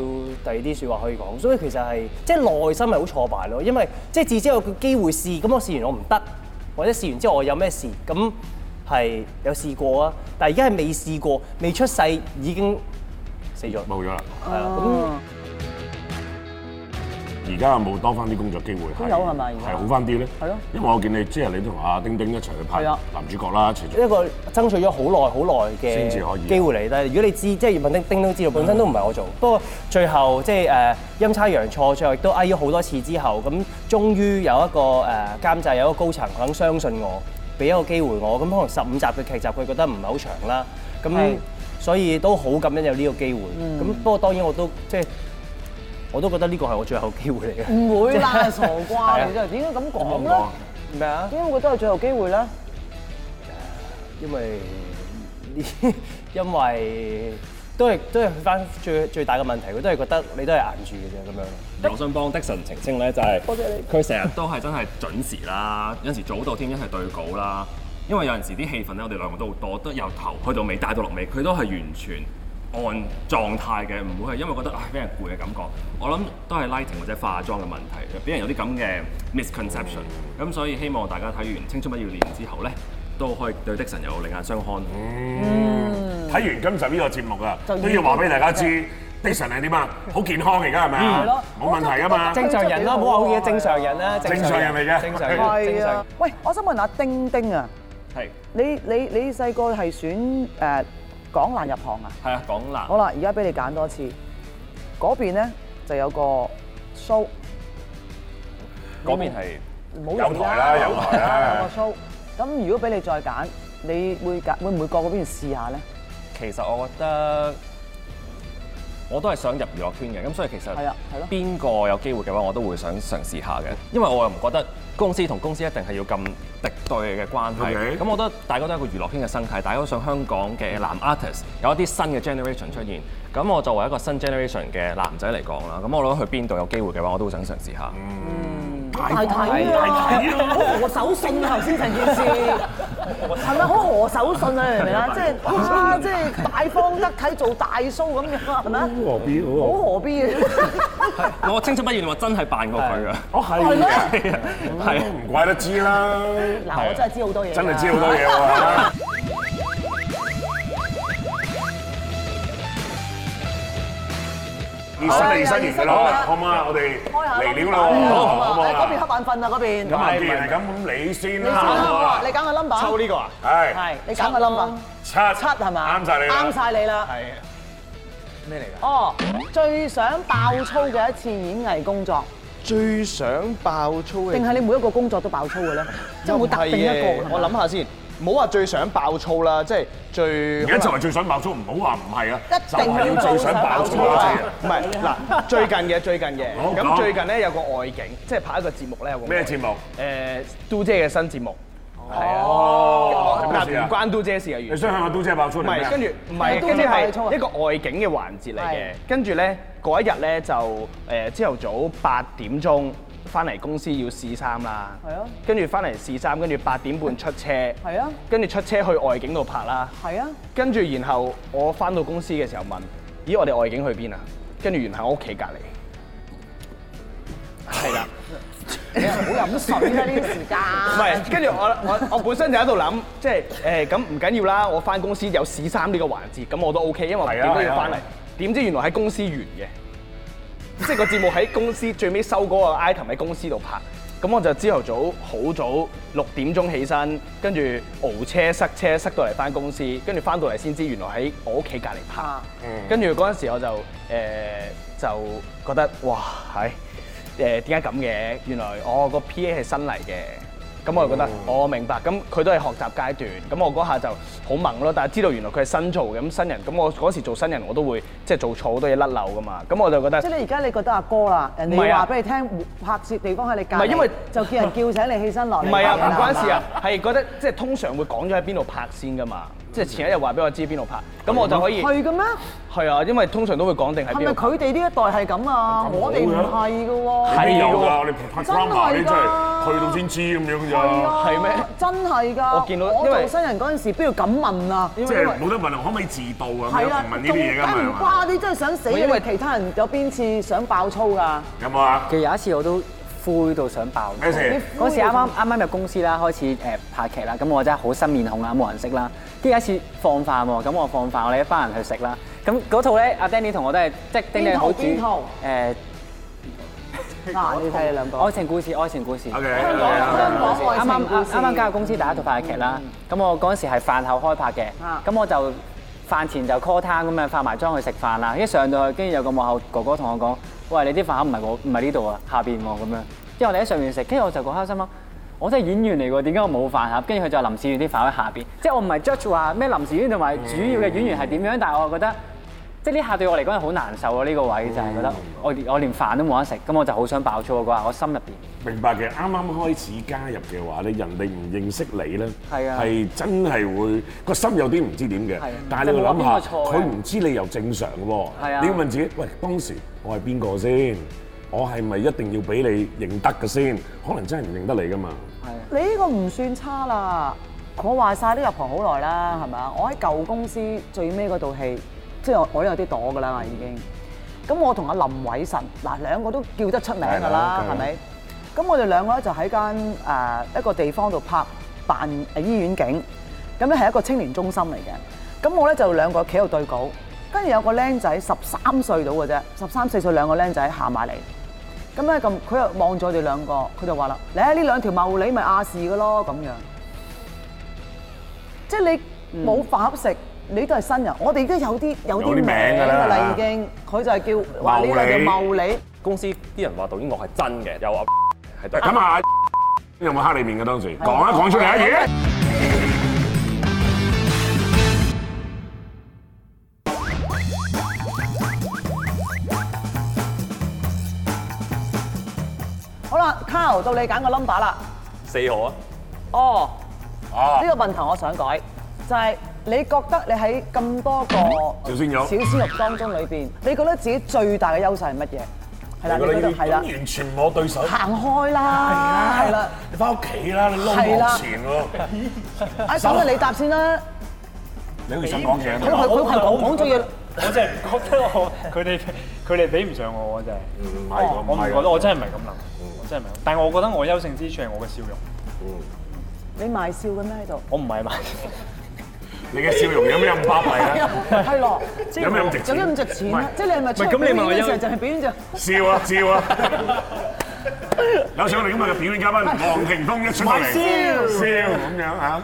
S8: 第二啲説話可以講，所以其實係即係內心係好挫敗咯，因為即係至少有個機會試，咁我試完我唔得，或者試完之後我有咩事，咁係有試過啊，但係而家係未試過，未出世已經死咗，
S2: 冇咗啦，
S8: 係啊，咁
S3: 哦
S2: 而家有冇多翻啲工作機會？
S3: 都有啊係咪而家
S2: 係好翻啲咧？
S3: 係咯
S2: 因為我見你即係你同阿丁丁一齊去拍
S3: 係啊
S2: 男主角啦，一齊做
S8: 一個爭取咗好耐好耐嘅
S2: 先至可以
S8: 機會嚟啦。如果你知，即係葉問丁丁都知道，本身都唔係我做，不過最後即係誒陰差陽錯，最後亦都挨咗好多次之後，咁終於有一個誒監製有一個高層肯相信我，俾一個機會我，咁可能十五集嘅劇集佢覺得唔係好長啦，咁
S2: 嗯
S3: 係
S8: 所以都好感恩有呢個機會。咁不過當然我都即係我都覺得呢個係我最後機會嚟
S2: 嗯
S8: 嘅。
S3: 唔會啦， 傻瓜你真係點解咁講咧？
S8: 咩啊？
S3: 點解會覺得係最後機會咧？
S8: 因為 因為都係都係去翻最最大嘅問題，佢都係覺得你都係硬住嘅啫咁樣。
S4: 而我想幫 Dixon 澄清咧，就係佢成日都係真係準時啦，有陣時早到添，一係對稿啦。因為有陣時啲氣氛咧，我哋兩個都好多，都由頭去到尾，帶到落尾，佢都係完全按狀態嘅，唔會係因為覺得唉俾人攰嘅感覺。我諗都係 lighting 或者化妝嘅問題，俾人有啲咁嘅 misconception。咁所以希望大家睇完《青春不要臉》之後咧，都可以對 Dixon 有另眼相看。
S2: 睇完今集呢個節目啊，
S3: 就已嗯
S2: 都要話俾大家知，Dixon 係點啊？好健康而家係咪
S3: 係咯
S2: 啊？冇問題㗎嘛，
S8: 正常人啦，唔好話好嘢，正常人啦，
S2: 正常人嚟嘅
S8: 正常
S3: 係
S8: 人，正常
S3: 啊
S8: 人。，
S3: 喂，我想問下丁丁啊，
S4: 係
S3: 你你你細個係選誒港難入行啊？
S4: 係啊，講啦
S3: 好。啦，而家俾你揀多次，嗰邊咧就有個 show，
S4: 嗰邊係
S3: 唔好
S2: 有台啦，有台啦
S3: 有。個 show。咁如果俾你再揀，你會揀會唔會過嗰邊試下咧？
S4: 其實我覺得我都係想入娛樂圈嘅，咁所以其實
S3: 係啊係咯
S4: 邊個有機會嘅話，我都會想嘗試下嘅，因為我又唔覺得公司同公司一定係要咁敵對嘅關係。
S2: OK
S4: 咁我覺得大家都係一個娛樂圈嘅生態，大家都想香港嘅男 artist 有一啲新嘅 generation 出現。咁我作為一個新 generation 嘅男仔嚟講啦，咁我諗去邊度有機會嘅話，我都會想嘗試下。
S7: 嗯
S2: 大
S3: 大體啊啊，好何守信啊！頭先成件事係咪好何守信啊？你明唔明啊？即係啊，即係大方得體做大 show 咁樣啊係咪啊？
S2: 何必
S3: 好
S2: 好？
S3: 何必啊？
S4: 我青春不倦，我真係扮過佢㗎。
S7: 哦
S2: 我係
S3: 係咩
S2: 嘅，
S4: 係啊。
S2: 唔怪得知啦，
S3: 嗱，我真係知好多嘢㗎。
S2: 真係知好多嘢喎。熱身啊熱身完㗎
S3: 係
S2: 啦
S3: 啊，
S2: 好唔好啊？我哋
S3: 開下
S2: 嚟料啦
S3: 啦
S2: 喎，好唔好
S3: 喺嗰邊
S2: 啊
S3: 黑？眼瞓啊，嗰邊。
S2: 咁啊，既然係咁，咁你先
S3: 你
S2: 啦，
S3: 先啦
S2: 好唔
S3: 好
S2: 好
S3: 啊
S2: 啊？
S3: 你揀個 number。
S5: 抽呢個啊？
S2: 係
S3: 係，你揀個 number。
S2: 七
S3: 七係嘛？
S2: 啱晒你啦，
S3: 啱晒你啦。
S5: 係咩嚟㗎？
S3: 哦，最想爆粗嘅一次演藝工作，
S5: 最想爆粗嘅
S3: 定係你每一個工作都爆粗嘅咧？即係冇啊特定一個。
S5: 我諗下先，唔好話最想爆粗啦，即係最
S2: 而家就係最想爆粗，唔好話唔係啊，就
S3: 一定
S2: 係要最想爆粗嗰次啊！
S5: 唔係嗱，最近嘅最近嘅，
S2: 好
S5: 咁
S2: 講
S5: 最近咧有個外景，即係拍一個節目咧有個外景
S2: 咩節目？
S5: 誒嘟姐嘅新節目，
S2: 哦，
S5: 嗱唔關嘟姐事嘅，
S2: 你
S5: 完全
S2: 想向阿嘟姐爆粗
S5: 唔
S2: 定咩
S5: 係
S2: 啊？
S5: 跟住唔係
S3: 都
S5: 跟住
S3: 係爆粗啊
S5: 係一個外景嘅環節嚟
S3: 係
S5: 嘅，跟住咧嗰一日咧就誒朝頭早八點鐘翻嚟公司要試衫啦，
S3: 係啊
S5: 跟住翻嚟試衫，跟住八點半出車，
S3: 係啊，
S5: 跟住出車去外景度拍啦。
S3: 係啊，
S5: 跟住然後我翻到公司嘅時候問：咦，我哋外景去邊啊？跟住原來喺我屋企隔離。係啦，
S3: 你好飲水啦呢啲時間。
S5: 唔係，跟住我我我本身就喺度諗，即係誒咁唔緊要啦，我翻公司有試衫呢個環節，咁我都 OK，因為我
S2: 係
S5: 點
S2: 啊
S5: 都要
S2: 係啊
S5: 翻嚟
S2: 係啊。
S5: 點知原來喺公司完嘅，即係個節目喺公司最尾收嗰個 item 喺公司度拍。咁我就朝頭早好早六點鐘起身，跟住熬車塞車塞到嚟翻公司，跟住翻到嚟先知原來喺我屋企隔離拍。
S3: 啊，
S5: 跟住嗰陣時我就誒、呃就覺得哇係誒點解咁嘅？原來我個 P.A. 係新嚟嘅，咁我就覺得
S3: 哦
S5: 我明白，咁佢都係學習階段，咁我嗰下就好猛咯。但係知道原來佢係新做嘅，咁新人，咁我嗰時做新人我都會即係做錯好多嘢甩漏噶嘛，咁我就覺得
S3: 即。係你而家你覺得阿哥啦，人
S5: 唔係
S3: 哋
S5: 啊
S3: 話俾你聽拍攝地方喺你隔離，
S5: 唔係因為
S3: 就叫人叫醒你起身落嚟。
S5: 唔係啊，
S3: 係
S8: à,
S5: 唔
S3: 嘛
S5: 關事啊，係覺得即係通常會講咗喺邊度拍先噶嘛，即係前一日話俾我知邊度拍，咁我就可以
S3: 係嘅咩？
S5: 係啊，因為通常都會講定喺
S3: 係
S5: 邊
S3: 咪
S5: 度拍。
S3: 佢哋呢一代係咁啊？我哋唔係啊嘅喎。
S2: 邊有
S5: 係
S2: 㗎？
S5: 喎
S2: 我哋拍
S3: 真
S2: drama
S3: 係㗎
S2: 你真係去到先知咁樣
S3: 係
S2: 咋，
S3: 啊
S5: 係咩
S3: 真係㗎！
S5: 我見到
S3: 我做
S5: 因為
S3: 新人嗰陣時，邊度敢問啊？因
S2: 即係冇得問可唔可以自導啊？咁
S3: 係
S2: 樣
S3: 啊
S2: 唔，問呢啲嘢㗎
S3: 仲
S2: 嘛
S3: 唔
S2: 係嘛？
S3: 瓜啲真係想死啊！
S5: 因
S3: 因
S5: 為
S3: 為其他人有邊次想爆粗㗎？
S2: 有冇啊？
S6: 其實有一次我都灰到想爆。
S2: 咩事？
S6: 嗰時啱啱啱啱入公司啦，開始誒拍劇啦，咁我真係好新面孔啦，冇人識啦。跟住有一次放飯喎，咁我放飯，我哋一班人去食啦。咁嗰套咧，阿 Danny 同我都係即係 Danny 好主
S3: 邊套
S6: 誒
S3: 嗱，你睇你兩個。
S6: 愛情故事，愛情故事。
S2: OK，啊
S3: 香港香港愛
S6: 啱啱
S3: 情故
S6: 啱
S3: 事嗯
S6: 啱啱加入公司第一套拍嘅劇啦，咁我嗰陣時係飯後開拍
S3: 啊
S6: 嘅，咁我就飯前就 call time 咁樣化埋妝去食飯啦，跟住上到去，跟住有個幕後哥哥同我講：，喂，你啲飯盒唔係我唔係呢度啊，下邊喎咁樣。跟住我哋喺上面食，跟住我就嗰刻心諗。啊我真係演員嚟喎，點解我冇飯盒？跟住佢就臨時演員啲飯喺下邊，即係我唔係 judge 話咩臨時演員同埋主要嘅演員係點樣，但係我覺得即係呢下對我嚟講係好難受啊咯。呢、個位就係覺
S1: 嗯
S6: 得我我連飯都冇得食，咁我就好想爆粗嗰下，我心入邊。
S2: 明白嘅，啱啱開始加入嘅話咧，人哋唔認識你咧，
S6: 係啊
S2: 係真係會個心有啲唔知點嘅
S6: 係啊。
S2: 但係你要諗
S6: 就冇話邊
S2: 下，
S6: 個錯嘅
S2: 佢唔知你又正常喎
S6: 係。啊
S2: 你要問自己，喂，當時我係邊個先？我係咪一定要俾你認得嘅先？可能真係唔認得你噶嘛。
S3: 你呢個唔算差啦，我話晒都入行好耐啦，係咪啊？我喺舊公司最尾嗰套戲，即係我我都有啲躲㗎啦，已經。咁我同阿林偉晨嗱兩個都叫得出名㗎啦，
S2: 係啦
S3: 係咪？咁我哋兩個咧就喺間誒一個地方度拍扮誒醫院景，咁咧係一個青年中心嚟嘅。咁我咧就兩個企喺度對稿，跟住有個僆仔十三歲到嘅啫，十三四歲兩個僆仔行埋嚟。咁咧咁，佢又望咗我哋兩個，佢就話啦：，你呢兩條茂利咪亞視嘅咯，咁樣。即係你冇飯盒食，你都係新人。我哋都有啲有
S2: 有
S3: 啲
S2: 啲名
S3: 名
S2: 㗎
S3: 㗎
S2: 啦
S3: 啦，已經。佢就係叫話呢個叫茂利。
S4: 公司啲人話導演我係真嘅，有阿喺度。
S2: 咁啊， 有冇黑你面嘅當時？講一講出嚟啊！咦？
S3: 好啦，Carl 到你揀個 number 啦。
S7: 四號啊，
S3: 哦，
S2: 哦
S3: 呢個問題我想改，就係你覺得你喺咁多個
S2: 小鮮肉
S3: 小鮮肉當中裏邊，你覺得自己最大嘅優勢係乜嘢？係啦，你覺得係啦，
S2: 完全唔係我對手。
S3: 行開啦，係啦，
S2: 你翻屋企啦，你撈
S3: 係啦
S2: 幕前喎。
S3: 啊咁啊，你答先啦，
S2: 你好似想講嘢
S3: 佢佢
S2: 咁。
S3: 佢係講講咗嘢，
S1: 我真係唔覺得我佢哋佢哋比唔上我，我真係。
S2: 唔係喎，
S1: 我
S2: 唔
S1: 唔
S2: 係
S1: 覺得，
S2: 喎。
S1: 我真係唔係咁諗，我真係唔係咁。但係我覺得我優勝之處係我嘅笑容，
S3: 你賣笑嘅咩喺度？
S1: 我唔係嘛。
S2: 你嘅笑容有咩咁巴閉啊？
S3: 係咯，即
S2: 有咩咁值錢
S3: 有咩咁值錢啊
S2: 唔係
S3: 即係你係咪出
S8: 唔係
S3: 去表
S8: 咁你
S3: 演
S8: 問我
S3: 嘅時候
S8: 有
S3: 就係表演就
S2: 笑啊笑啊！有請我哋今日嘅表演嘉賓黃庭鋒一出到嚟，
S1: 笑
S2: 笑咁樣嚇。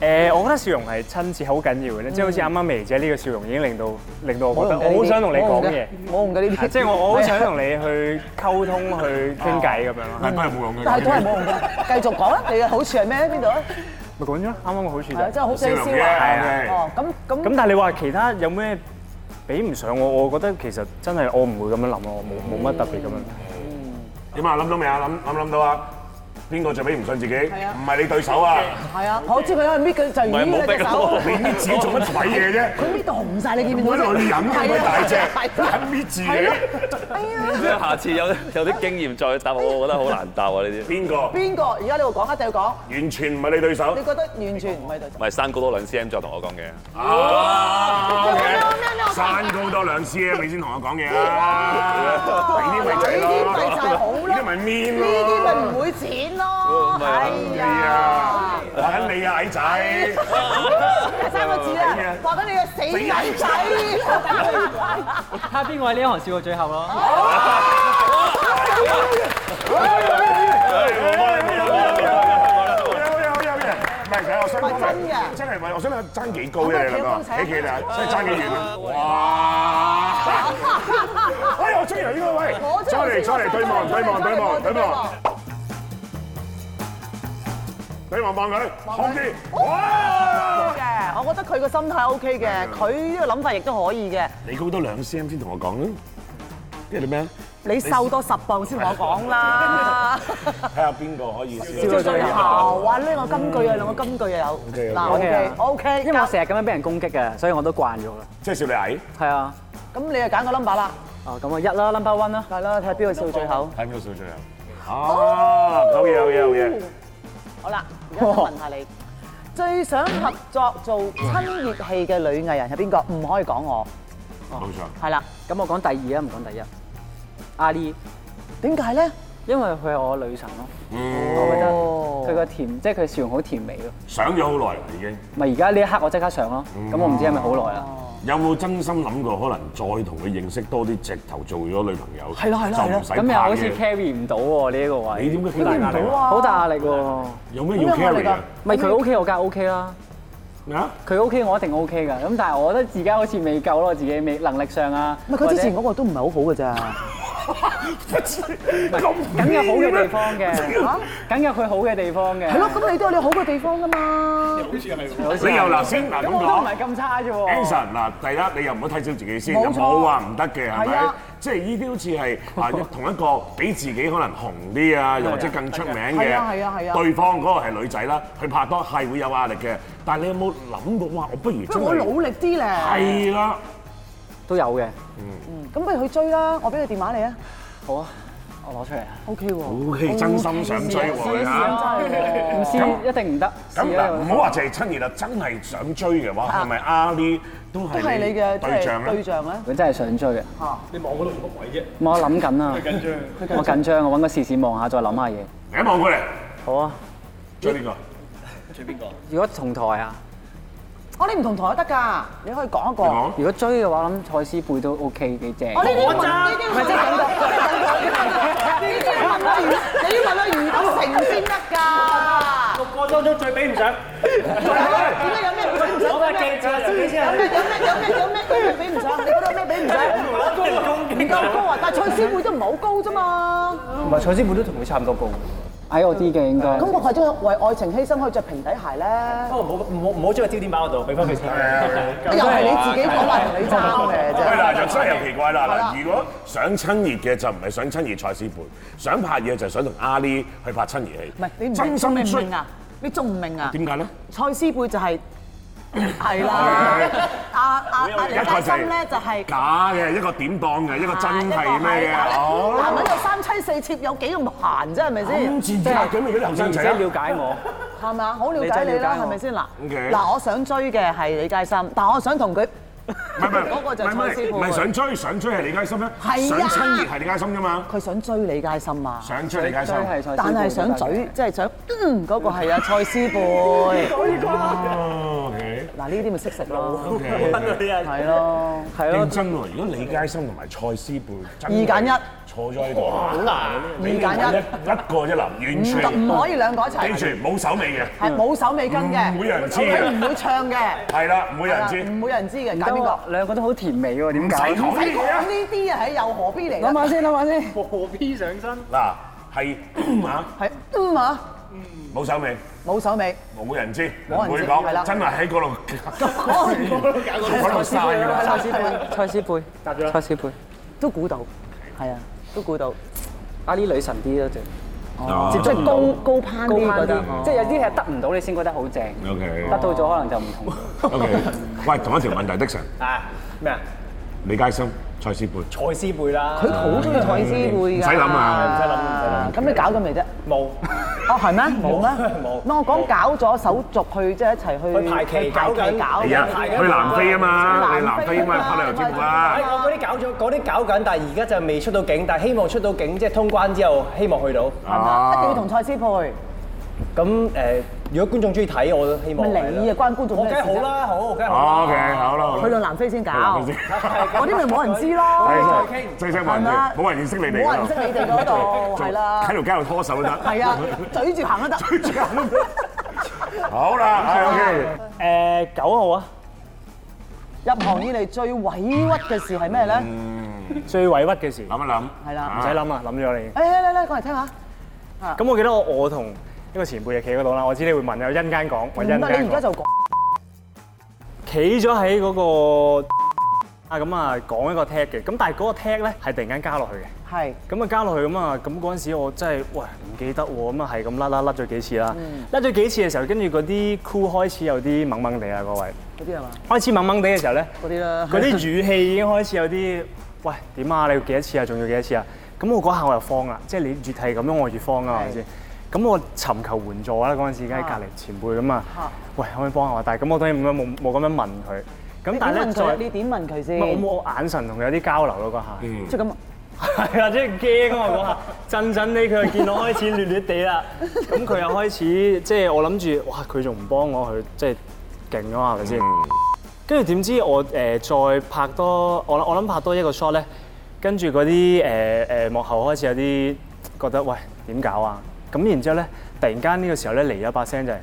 S1: 誒，我覺得笑容係親切好緊要嘅咧，即係好似啱啱薇姐呢個笑容已經令到令到我覺得我好想同你講嘢，
S3: 冇用嘅呢啲，
S1: 啊即係 我我好想同你去溝通去傾偈咁樣咯。
S2: 係都係冇用嘅。
S3: 但係都係冇用嘅。繼續講啦，你嘅好處係咩咧？邊度咧？
S1: 咪講咗啦，啱啱個好處就
S3: 係啊
S1: 係
S3: 真係好
S2: 笑
S3: 想
S2: 容
S3: 笑
S2: 嘅，
S3: 啊！
S2: 係啊
S3: 哦，咁咁
S1: 咁但係你話其他有咩比唔上我？我覺得其實真係我唔會咁樣諗咯，我冇冇乜特別咁樣。
S2: 點啊？諗到未啊？諗諗唔諗到啊？邊個最尾唔信自己？唔係你對手啊！
S3: 係啊，我知佢喺度搣佢就搣佢隻手，
S2: 你搣自己做乜鬼嘢啫？
S3: 佢搣到紅晒，你見唔見
S2: 我
S3: 到
S2: 喺
S3: 啫？
S2: 度忍咁鬼大隻，肯搣自己。
S7: 下次有有啲經驗再答我，我覺得好難答啊呢啲。
S2: 邊個？
S3: 邊個？而家你度講一定要講，
S2: 完全唔係你對手
S3: 你。覺得完全唔係對手。
S7: 咪生高多兩 cm 再同我講嘅。
S2: 啊！OK，山高多兩 cm，你先同我講嘢
S3: 啊
S2: 啦。呢啲咪就係
S3: 呢啲咪就係好
S2: 咯，
S3: 咯
S2: 呢啲咪 mean
S3: 呢啲咪
S2: 咯。
S3: 唔會啊哦剪咯，哎係
S2: 係啊，話緊你啊，矮仔。
S3: 三個字啊，話緊你嘅死矮仔。
S6: 睇下啊邊個喺呢一行笑到最後啊咯。
S2: 唔係，我想講真係我想睇爭幾高啫，你兩個，幾幾啊？真係爭幾遠啊！哇！哎，我中意呢個位，再嚟再嚟對望對望對望對望，對望望佢，控啲，哇！
S3: 嘅，我覺得佢個心態 OK 嘅，佢呢個諗法亦都可以嘅。
S2: 你高多兩 cm 先同我講啦，跟住你咩？
S3: 你瘦多十磅先同我講啦。
S2: 睇下邊個可以笑
S3: 最最後，哇！呢個金句啊，兩個金句又有。嗱
S6: OK
S3: ，OK
S6: 啊
S3: OK，
S6: 因為我成日咁樣俾人攻擊嘅，所以我都慣咗啦。
S2: 即係笑你矮，
S6: 係啊，
S3: 咁你就揀個 number 啦，
S6: 哦咁啊一啦，number one 啦。
S3: 係啦，睇下邊個笑最後。
S2: 睇邊個笑最矮？啊，好嘢好嘢好嘢！
S3: 好啦，而家想問下你，最想合作做親熱戲嘅女藝人係邊個？唔可以講我，
S2: 冇錯。
S3: 係啦。
S6: 咁我講第二啊，唔講第一。阿 Lee，
S3: 點解咧？
S6: 因為佢係我女神咯，
S3: 哦，
S6: 佢個甜，即係佢笑容好甜美咯。
S2: 想咗好耐啦，已經。
S6: 咪而家呢一刻我即刻上咯，
S1: 嗯
S6: 咁我唔知係咪好耐啊啦。
S2: 有冇真心諗過可能再同佢認識多啲，直頭做咗女朋友？
S3: 係咯係咯係
S2: 就
S3: 咯
S2: 唔使
S6: 咁又
S2: 怕
S6: 好似
S2: 嘅。
S6: carry 唔到喎呢一個
S2: 你
S6: 位，
S2: 點解好大壓力啊？
S6: 好大壓力喎。
S2: 有咩要 carry 啊？
S6: 咪佢 OK 我梗係 OK 啦，
S2: 咩啊？
S6: 佢 OK 我一定 OK 噶。咁但係我覺得自己好似未夠咯，自己未能力上啊。
S3: 唔係佢之前嗰個都唔係好好 嘅咋。
S6: 梗有
S2: 咁
S6: 好嘅地方嘅，梗有佢好嘅地方嘅。
S3: 係咯，咁你都有你好嘅地方㗎嘛。
S2: 你又嗱先嗱咁
S6: 我都唔
S2: 講
S6: 係咁差啫喎。
S2: ，Anson 嗱，第一你又唔好睇小自己先，又
S3: 冇錯
S2: 冇話唔得嘅係
S3: 係
S2: 咪
S3: 啊？
S2: 即係呢啲好似係 啊同一個比自己可能紅啲啊，又或者更出名
S3: 係啊係啊係
S2: 嘅
S3: 啊
S2: 對方嗰個係女仔啦，佢拍拖係會有壓力嘅。但係你有冇諗過哇？我不如
S3: 不
S2: 真
S3: 如我
S2: 係
S3: 努力啲咧。
S2: 係啦。
S6: 都有嘅，
S3: 咁不如去追啦，我俾佢電話你啊。
S6: 好啊，我攞出嚟啊。
S3: OK 喎。
S2: O K，真心想追喎你嚇。
S6: 唔試一定唔得。
S2: 咁
S6: 試
S2: 嗱，
S6: 啊
S2: 唔好話淨係親熱啦，真係想追嘅話，係咪阿 Lee 都
S3: 都係
S2: 係
S3: 你嘅即
S2: 對象
S3: 係對
S2: 咧？
S3: 象咧。
S6: 佢真係想追嘅。你望嗰度乜鬼啫？我諗緊啊。緊張。啊我緊張，我揾個視線望下，再諗下嘢。
S2: 你一望過嚟，
S6: 好啊。
S2: 追邊個？
S6: 如果同台啊，
S3: 哦，你唔同台都得㗎，你可以講一個
S2: 你。講。
S6: 如果追嘅話，我諗蔡思貝都 OK 幾正。
S3: 我呢啲問呢啲問緊到，呢啲要問阿余，你要問阿余德成先得㗎。
S8: 個當中最比唔上，
S3: 點解有咩唔準唔準？有咩有咩有咩有咩有咩比唔上？你覺得有咩比唔上？唔夠高啊！但係蔡思貝都唔係好高啫嘛。
S8: 唔係蔡思貝都同佢差唔多高。
S6: 矮我啲嘅應該
S3: 咁。我為咗為愛情犧牲，可以着平底鞋咧。
S8: 不過哦唔好唔好唔好將個焦點擺我度，俾翻佢先。
S6: 嗯
S3: 又係你自己講話同你爭嘅
S2: 喂
S3: 啫。
S2: 嗱，又真係又奇怪啦！嗱，如果想親熱嘅就唔係想親熱蔡思貝，想拍嘢就係想同阿 Lee 去拍親熱戲。
S3: 唔係你唔
S2: 真心
S3: 明唔
S2: 追
S3: 明，啊？你仲唔明啊？
S2: 點解咧？
S3: 蔡思貝就 係係啦，阿阿阿李嘉欣咧就係
S2: 假嘅一個點當嘅，一
S3: À,
S2: 個真係咩嘅？
S3: 男人
S2: 哦，
S3: 有三妻四妾，有幾咁閒啫？係咪
S2: 咁
S3: 先？
S2: 賤格咁咪嗰啲後生
S6: 唔使
S2: 仔啊！
S6: 了解我，
S3: 係咪啊？好了解
S6: 真係
S3: 你啦
S6: 了，解
S3: 係
S6: 我
S3: 咪先嗱
S2: OK？
S3: 嗱，我想追嘅係李嘉欣，但我想同佢
S2: 唔係唔係，
S3: 嗰個就
S2: 唔
S3: 係
S2: 係
S3: 蔡思
S2: 唔係
S3: 貝。
S2: 想追，想追係李佳芯咩？
S3: 係
S2: 想
S3: 啊
S2: 親熱係李佳芯啫嘛，
S3: 佢想追李嘉欣啊，
S2: 想追李佳芯
S6: 追。係蔡思貝。
S3: 但係想嘴，即係想嗯嗰個係啊蔡思貝。
S2: 哦，OK。
S3: 嗱，嗱呢啲咪識食咯，係
S1: 係咯，
S3: 咯，
S6: 係
S2: 認
S6: 咯，
S2: 真喎！如果李佳芯同埋蔡思貝真係
S3: 二揀一
S2: 坐咗喺度，好
S6: 啊
S5: 難
S2: 二揀一一個啫嗱，完
S3: 唔得
S2: 全
S3: 唔可以兩個一齊
S2: 記住，冇手尾嘅，
S3: 係冇手尾跟嘅，
S2: 唔會有人知嘅
S3: 佢唔會唱嘅，
S2: 係啦，唔會有人知
S3: 係啦。唔會有人知嘅，
S6: 唔
S3: 揀邊
S6: 得
S3: 個
S6: 喎？，兩個都好甜美喎，點
S2: 唔使
S6: 解？
S2: 講
S3: 講
S2: 呢嘢啊！
S3: 呢啲啊，係又何必嚟
S6: 諗
S3: 啦？
S6: 下先，諗下先。
S1: 何必上身？
S2: 嗱，係 嗯啊，
S3: 係嗯啊，
S2: 冇手尾，
S3: 冇手尾，
S2: 冇人知，唔
S3: 冇人知
S2: 會
S3: 係啦
S2: 講，真係喺嗰度嗰度嘥㗎啦。
S6: 蔡思貝，蔡思貝，
S1: 答咗啦
S6: 蔡思貝，
S3: 都估到，係啊，都估到，
S6: 阿啲女神啲咯，就
S2: 哦
S6: 即係高
S3: 高攀
S6: 高攀
S3: 覺得
S6: 啲，即係有啲係得唔到你先覺得好正，
S2: OK
S6: 得到咗可能就唔同。
S2: OK，喂，同一條問題的神，
S8: 啊咩啊？
S2: 李佳芯、蔡思貝，
S8: 蔡思貝啦，
S3: 佢好中意蔡思貝㗎，
S2: 唔使諗啊唔
S8: 使諗唔使諗
S3: 咁你搞咗未啫？
S8: 冇
S3: 哦，係咩？冇咩？
S8: 冇
S3: 唔係我講搞咗手續去即係一齊去
S8: 去排期
S3: 去排
S8: 搞緊
S3: 期搞
S2: 係啊，
S8: 排緊
S2: 去南非啊嘛，
S3: 南
S2: 去南非啊
S3: 非
S2: 嘛，
S3: 啊
S2: 拍旅遊節目啦
S8: 係。哎我嗰啲搞咗，嗰啲搞緊，但係而家就未出到境，但係希望出到境，即係通關之後，希望去到。
S3: 係嘛？一定要同蔡思貝，
S8: 咁誒，如果觀眾中意睇，我都希望
S3: 咪
S8: 係啦。
S3: 你啊關觀眾
S8: 我
S3: 咩事
S8: 梗係好
S3: 啫？
S8: 啦，好，我梗係好啦。
S2: 哦 OK，好啦，好
S3: 去
S2: 啦
S3: 到南非先搞，
S2: 南非先
S3: 嗰啲咪冇人知咯，
S2: 係真係冇
S3: 係
S2: 人
S3: 啦
S2: 知，冇人認識你哋㗎。
S3: 冇人識你哋嗰度，係啦，
S2: 喺條街度拖手都得。
S3: 係啊，嘴住行都得，
S2: 好啦，係 OK。
S8: 誒九號啊，
S3: 入行以嚟最委屈嘅事係咩咧？
S1: 最委屈嘅事，唔
S2: 諗一諗，
S3: 係啦，
S1: 使諗啊，諗咗你。
S3: 誒嚟嚟講嚟聽下，
S1: 咁我記得我我同一個前輩就企嗰度啦，我知你會問，有因間講，我因
S3: 唔
S1: 間
S3: 得你而家
S1: 講。
S3: 就講，
S1: 企咗喺嗰個啊咁啊講一個 tag 嘅，咁但係嗰個 tag 咧係突然間加落去嘅。
S3: 係
S1: 咁啊加落去咁啊，咁嗰陣時我真係喂唔記得喎，咁啊係咁甩甩甩咗幾次啦，甩咗幾次嘅時候，跟住嗰啲 crew 開始有啲懵懵地啦，各位
S3: 嗰啲係嘛？
S1: 開始懵懵地嘅時候咧，
S3: 嗰啲啦，
S1: 嗰啲語氣已經開始有啲喂點啊，你要幾多次啊，仲要幾多次啊？咁我嗰下我又慌啦，即係你越係咁樣，我越慌啊，係咪先？咁我尋求援助啦，嗰陣時梗係隔離前輩咁啊
S3: 啊，
S1: 喂可唔可以幫下我？但係咁我當然冇冇冇咁樣問佢，咁
S3: 你點
S1: 但係咧
S3: 問
S1: 再
S3: 佢？你點問佢
S1: 唔係
S3: 先？
S1: 我冇眼神同佢有啲交流咯嗰下。
S3: 即係咁啊，
S1: 係啊，即係驚啊！嗰下震震地，佢就見我開始亂亂地啦。咁佢又開始即係我諗住，哇！佢仲唔幫我，佢即係勁啊嘛，係咪先？跟住點知我誒再拍多，我諗我諗拍多一個 shot 咧，跟住嗰啲誒誒幕後開始有啲覺得喂點搞啊？咁然之後咧，突然間呢個時候咧嚟咗把聲就係、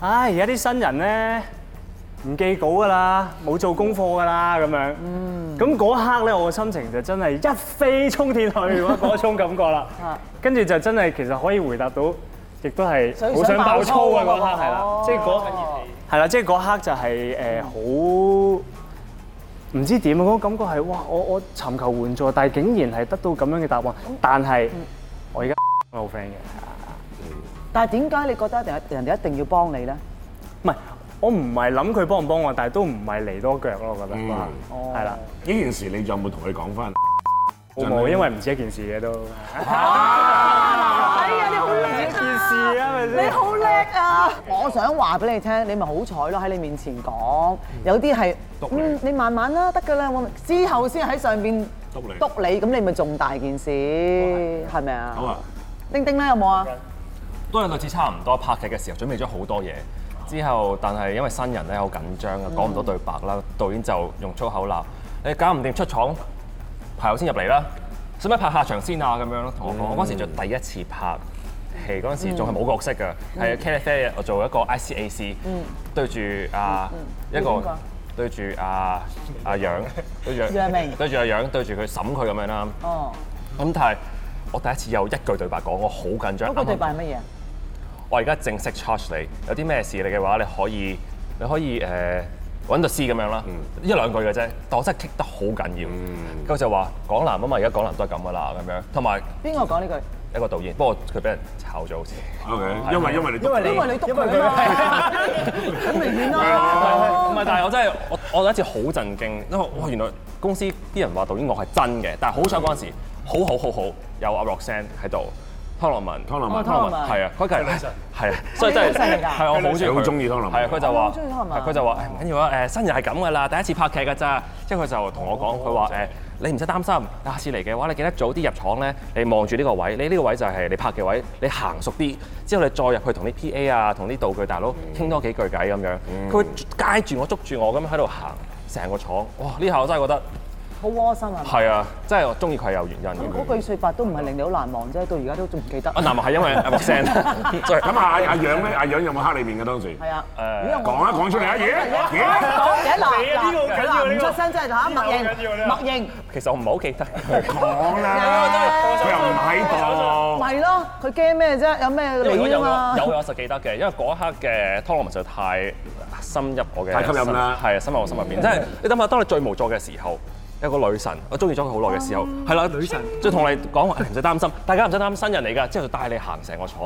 S1: 唉，而家啲新人咧唔記稿噶啦，冇做功課噶啦咁樣。咁嗰一刻咧，我嘅心情就真係一飛沖 天去嗰嗰種感覺啦
S3: 啊。
S1: 跟住就真係其實可以回答到，亦都係好想爆粗啊嗰刻係啦，即係嗰係啦，即係嗰刻就係誒好唔知點啊！嗰種感覺係哇，我我尋求援助，但係竟然係得到咁樣嘅答案，但係我而家好 friend 嘅。
S3: 但係點解你覺得人人哋一定要幫你咧？
S1: 唔係，我唔係諗佢幫唔幫我，但係都唔係嚟多腳咯，我覺得
S2: 嗯
S1: 嗰下係啦，
S2: 呢件事你仲有冇同佢講翻？
S1: 冇
S2: 真係
S1: 冇，因為唔止一件事嘅都，
S3: 哎呀，你好叻
S1: 一件
S3: 啊！
S1: 事啊，係咪
S3: 你
S1: 先？
S3: 好叻啊！我想話俾你聽，你咪好彩咯，喺你面前講，有啲係嗯，你慢慢啦，得㗎啦，我之後先喺上邊
S2: 督你
S3: 督你，咁你咪仲大件事，係咪
S2: 好
S3: 啊？
S2: 啊，
S3: 丁丁咧有冇啊？
S4: 都係類似差唔多拍劇嘅時候，準備咗好多嘢。之後，但係因為新人咧好緊張啊，講唔到對白
S7: 嗯
S4: 啦，導演就用粗口鬧：你搞唔掂出廠，排後先入嚟啦，使唔使拍下場先啊？咁樣咯，同
S7: 嗯
S4: 我講。我嗰時就第一次拍戲，嗰陣時仲係冇角色㗎，
S7: 嗯
S4: 係 c a t h 我做一個 ICAC，對住啊
S7: 嗯
S4: 一
S3: 邊
S4: 個
S3: 個
S4: 對住啊阿楊，對住
S3: 楊明
S4: 對住阿楊，對住佢審佢咁樣啦。
S3: 哦，
S4: 咁但係我第一次有一句對白講，我好緊張。
S3: 嗰個
S4: 啱啱
S3: 對白係乜嘢？
S4: 我而家正式 charge 你，有啲咩事你嘅話，你可以你可以誒呃揾、律師咁樣啦，一兩句嘅啫。但我真係棘得好緊要，跟住、就話港男啊嘛，而家港男都係咁噶啦，咁樣。同埋
S3: 邊個講呢句？
S4: 一個導演，不過佢俾人炒咗好似。
S2: OK，因為因為你
S3: 因為你督佢啊嘛，咁明顯啦。
S4: 唔係，但係我真係我我第一次好震驚，因為哇原來公司啲人話導演我係真嘅，但係好彩嗰陣時好好好好有阿 Roxanne 喺度，湯洛文，
S2: 湯洛文
S3: 哦湯洛文
S4: 係啊，佢隔離係啊，所以
S3: 你好
S4: 真
S3: 犀利
S4: 係
S3: 㗎
S4: 係我好中意
S2: 佢好鍾意湯洛文
S4: 係啊，佢就
S3: 我
S4: 話
S3: 好鍾意湯洛文
S4: 係佢就話誒唔緊要啊，誒新人係咁噶啦，第一次拍劇㗎咋，即係佢就同我講，佢話誒你唔使擔心，下次嚟嘅話你記得早啲入廠咧，你望住呢個位，你呢個位就係你拍嘅位，你行熟啲，之後你再入去同啲 P.A. 啊，同啲道具大佬傾多幾句偈咁樣，佢會街住我捉住我咁樣喺度行成個廠，哇！呢下我真係覺得
S3: 好窩心啊！
S4: 係啊，真係我中意佢係有原因嘅。
S3: 嗰句説法都唔係令你好難忘啫，到而家都仲記得。
S4: 啊，
S3: 係
S4: 南華係因為阿木聲， 所以
S2: 咁啊，阿阿楊咧，阿楊有冇黑你面嘅當時？
S3: 啊，
S2: 講一講出嚟啊！咦咦，
S3: 講嘢嗱
S1: 呢個好緊
S3: 嗱
S1: 要
S3: 嗱唔
S1: 呢個
S3: 出聲真係嚇，默認默認，
S4: 其實我唔係好記得佢。
S2: 講啦，佢又唔喺度。
S3: 咪咯，佢驚咩啫？有咩
S4: 因為
S3: 理
S4: 有
S3: 啊
S4: 我
S3: 嘛？
S4: 有我實記得嘅，因為嗰一刻嘅湯洛文實在太深入我嘅
S2: 太吸引啦
S4: 心係啊，深入我心入邊。即係你諗下，當你最無助嘅時候，有個女神，我中意咗佢好耐嘅時候，係啦，女神，即係同你講話哎唔使擔心，大家唔使擔心，新人嚟㗎，之後就帶你行成個廠。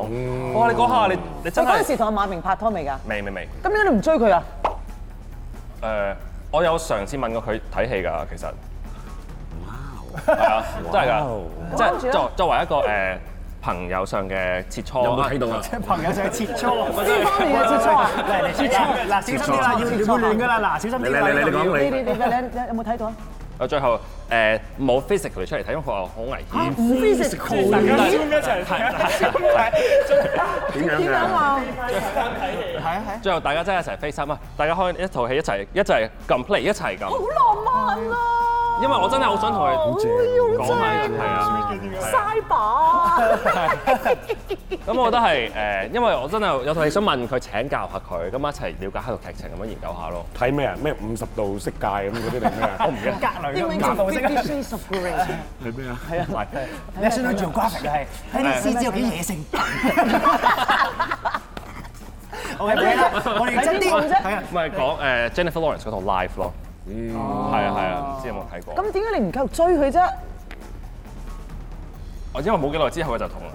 S4: 哇！你嗰下你你
S3: 你
S4: 真
S3: 嗰陣時
S4: 係
S3: 同阿馬明拍拖未㗎？
S4: 未未未
S3: 咁點解你唔追佢啊？
S4: 誒，我有嘗試問過佢睇戲㗎，其實。係啊，真係㗎，即
S3: 跟住
S4: 係
S3: 咧
S4: 作作為一個誒朋友上嘅切磋，
S2: 有冇睇 到啊？
S1: 朋友就係切磋，
S3: 邊方面嘅接觸啊？
S1: 嚟嚟切磋，嗱小心啲啦，要會亂㗎啦，嗱小心
S2: 你
S1: 啲
S2: 你
S1: 啦，
S2: 你你講
S3: 你
S2: 你
S3: 你你你有冇睇到啊？
S4: 我最後誒冇 physically 出嚟睇，因為佢話好危險。啊
S3: 唔 physical
S1: 一
S2: 點
S1: 齊
S2: 樣
S3: 點樣
S2: 嘅？
S3: 啊？
S4: 最後大家真係一齊 FaceTime 啊！大家開一套戲一齊一齊撳 play 一齊撳，
S3: 好浪漫啊！
S4: 因為我真係好想同佢講埋係啊。
S3: 嘥把。
S4: 咁我覺得係誒，因為我真係有套戲想問佢請教下佢，咁一齊了解下個劇情咁樣研究下咯。
S2: 睇咩啊？咩五十度色戒咁嗰啲定咩 啊？我唔
S1: 隔
S3: 英文
S1: 離
S3: 叫
S1: 咁
S3: Fifty Shades of Grey。
S2: 係咩啊？係啊，
S1: 你想到做 graphic 係睇啲獅子有幾野性。我哋啦，我哋真啲係啊，
S4: 唔係講誒 Jennifer Lawrence 嗰套 Life 咯，係啊係啊，唔知有冇睇過？
S3: 咁點解你唔繼續追佢啫？
S4: 我因為冇幾耐之後佢就同啊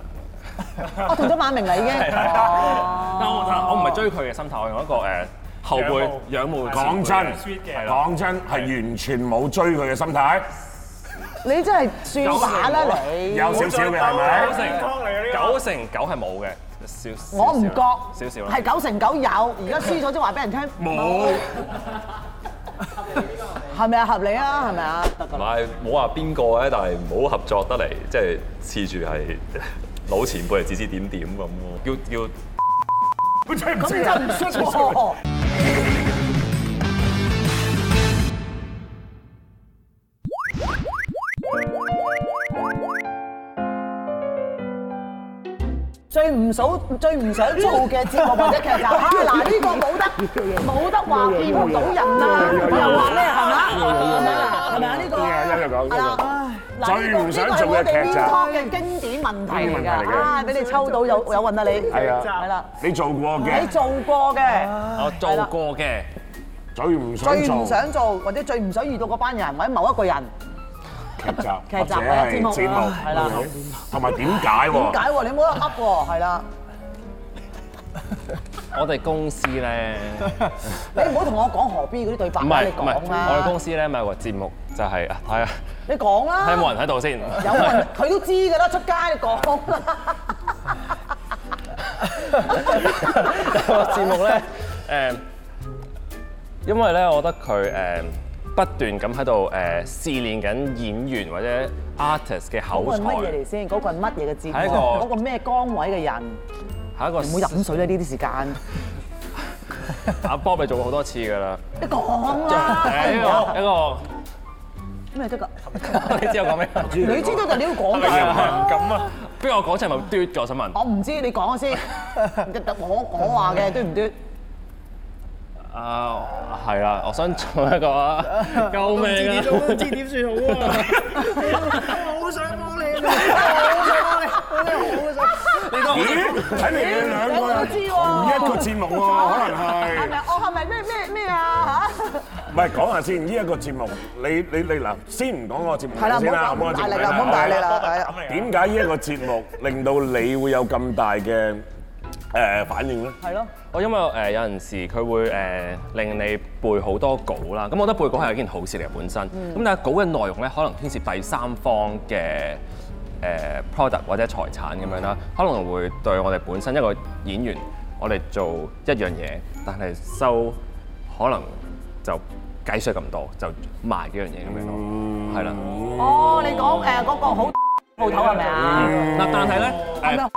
S4: 啦。
S3: 我同咗馬明啦已經。哦
S4: 但我但我唔係追佢嘅心態，我用一個誒後輩仰慕嘅
S2: 講
S4: 前輩
S2: 真
S4: 嘅係，啦
S2: 講真係完全冇追佢嘅心態，
S3: 你真係算把啦你。
S2: 有少少嘅係咪？
S4: 九成九成九係冇嘅，少少
S3: 我唔
S4: 少
S3: 覺，
S4: 少啦
S3: 係。九成九有，而家輸咗即係話俾人聽，
S2: 冇。
S3: 係咪啊？合理啊，係咪啊？得㗎
S7: 同
S3: 啦。
S7: 埋冇話邊個咧，但係唔好合作得嚟，即係黐住係 老前輩嚟指指點點咁咯。叫叫
S3: 咁你真係唔識喎。最唔想最唔想做嘅節目或者劇集啊！嗱，呢個冇得冇得話見唔到人啊，又話咩係嘛？係咪啊？係咪啊？呢個
S2: 有有講
S3: 係啦。嗱呢個
S2: 最唔想做嘅劇
S3: 呢個係我哋
S2: 集
S3: Real Talk 嘅經典問題嚟
S2: 經典問題嚟
S3: 㗎，
S2: 嘅
S3: 啊！俾你抽到有有運啊你。
S2: 係啊
S3: 係啦。
S2: 你做過
S3: 你
S2: 嘅，
S3: 做過嘅，
S4: 我做過嘅，
S2: 最唔想
S3: 最唔
S2: 做
S3: 想做或者最唔想遇到嗰班人或者某一個人，
S2: 劇集，
S3: 劇集
S2: 或者係
S3: 或者節
S2: 節
S3: 目
S2: 目，
S3: 係啦
S2: OK？同埋點解
S3: 點
S2: 喎？
S3: 解喎？你冇得噏喎，係啦，
S4: 我哋公司咧，
S3: 你唔好同我講何必嗰啲對白
S4: 唔
S3: 啦，
S4: 係
S3: 你
S4: 唔係，
S3: 講
S4: 我哋
S3: 啦
S4: 公，司咧咪有個節目就係啊，睇下
S3: 你講
S4: 睇下有
S3: 啦，
S4: 冇人喺度先。
S3: 有人佢都知㗎啦，出街你講啦，
S4: 個節目咧， 誒，因為咧，我覺得佢誒不斷咁喺度誒試練緊演員或者 artist 嘅
S3: 嗰個
S4: 口
S3: 係乜嘢嚟
S4: 才，
S3: 先？嗰個係乜嘢嘅
S4: 係
S3: 節
S4: 一
S3: 目？
S4: 個
S3: 嗰個咩崗位嘅人？
S4: 係一個
S3: 唔好飲水啦，呢啲時間，
S4: 阿 Bob 你做過好多次 㗎啦，
S3: 你講啦，
S4: 係一個一個。
S3: 咩得㗎？
S4: 你知我講咩？
S3: 你知道就你要講
S4: 係
S3: 㗎。
S4: 啊，咁啊，不如我講真係咪嘟咗？我想問
S3: 我唔知，你講先。我我話嘅，對唔對？
S4: 啊，係啦，我想做一個救命啊！
S1: 唔知點算好啊！我好想幫你，我好想幫你，我真係好想。
S2: 咦？睇嚟你兩個
S3: 我
S2: 人
S3: 都知喎
S2: 同一個節目 喎，可能係
S3: 係。咪？我係咪咩咩咩啊？嚇！
S2: 唔係講下先，呢一個節目，你你你嗱，先唔講個節目
S3: 係啦，唔
S2: 先
S3: 好
S2: 啦，
S3: 咁大力
S2: 好
S3: 啦，唔好咁大力。啦，係啊。
S2: 點解呢一個節目令到你會有咁大嘅誒反應咧？
S3: 係咯，
S4: 我因為誒有陣時佢會誒令你背好多稿啦，咁我覺得背稿係一件好事嚟嘅本身。咁但係稿嘅內容咧，可能牽涉第三方嘅呃 product 或者財產咁樣啦，可能會對我哋本身一個演員，我哋做一樣嘢，但係收可能就計税咁多，就賣幾樣嘢咁樣咯，係啦。
S3: 哦，你講誒嗰個好鋪頭係咪啊？
S4: 嗱，但係咧
S3: 係咪
S4: 誒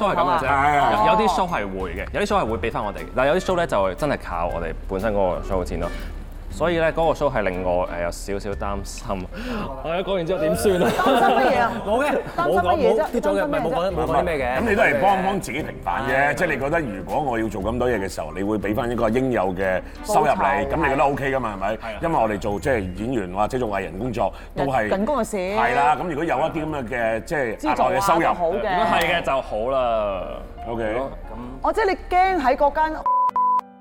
S4: 都係咁嘅啫
S2: 啊，
S4: 有有啲 show 係會嘅，有啲 show 係會俾翻我哋嘅，但係有啲 show 咧就係真係靠我哋本身嗰個 show 錢咯。所以咧，嗰個 show 係令我誒有少少擔心。我一講完之後點算啊？
S3: 擔心乜嘢啊？
S8: 冇嘅，
S3: 擔
S8: 冇
S3: 心
S8: 講
S3: 乜嘢
S8: 冇
S3: 啫
S8: 跌咗嘅，唔係冇講冇講啲咩嘅。
S2: 咁你都係幫幫自己平反啫，即係你覺得如果我要做咁多嘢嘅時候，你會俾翻一個應有嘅收入你，咁你覺得 OK 噶嘛？係咪？因為我哋做即係演員或者做藝人工作都係
S3: 人工嘅事
S2: 係啦，咁如果有一啲咁嘅嘅即係額外嘅收
S3: 資助啊都好
S2: 入
S3: 嘅
S4: 如果係嘅就好啦。
S2: ，OK，
S3: 我即係你驚喺嗰間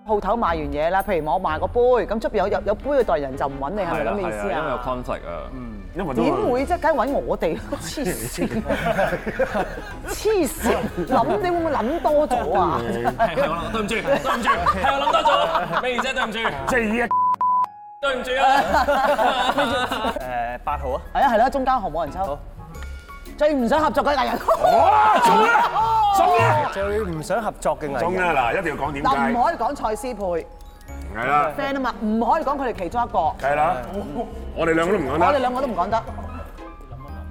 S3: 鋪頭賣完嘢啦，譬如我賣個杯，咁出邊有有有杯嘅代人就唔揾你，係咪咁嘅意思
S4: 因為有
S3: 啊？
S4: conflict 啊。
S2: 因為都
S3: 點會啫？梗係揾我哋啦，黐線，黐線，諗你會唔會諗多咗啊？
S4: 係係我諗 對唔住，對唔住，係我諗多 咗。美儀啊姐對唔住，
S2: 即係依一
S4: 對唔住啊！
S8: 誒八號啊，
S3: 係啊係啦，中間行冇人抽，最唔想合作嘅藝人，
S2: 哇中啦，中啦，
S8: 最唔想合作嘅藝人
S2: 中啦嗱，一定要講點
S3: 但唔
S2: 解，
S3: 可以講蔡思佩。
S2: 係啦，
S3: friend 啊嘛，唔可以講佢哋其中一個，我
S2: 係啦，我哋兩個都唔講
S3: 哋
S2: 得
S3: 兩個都唔講得，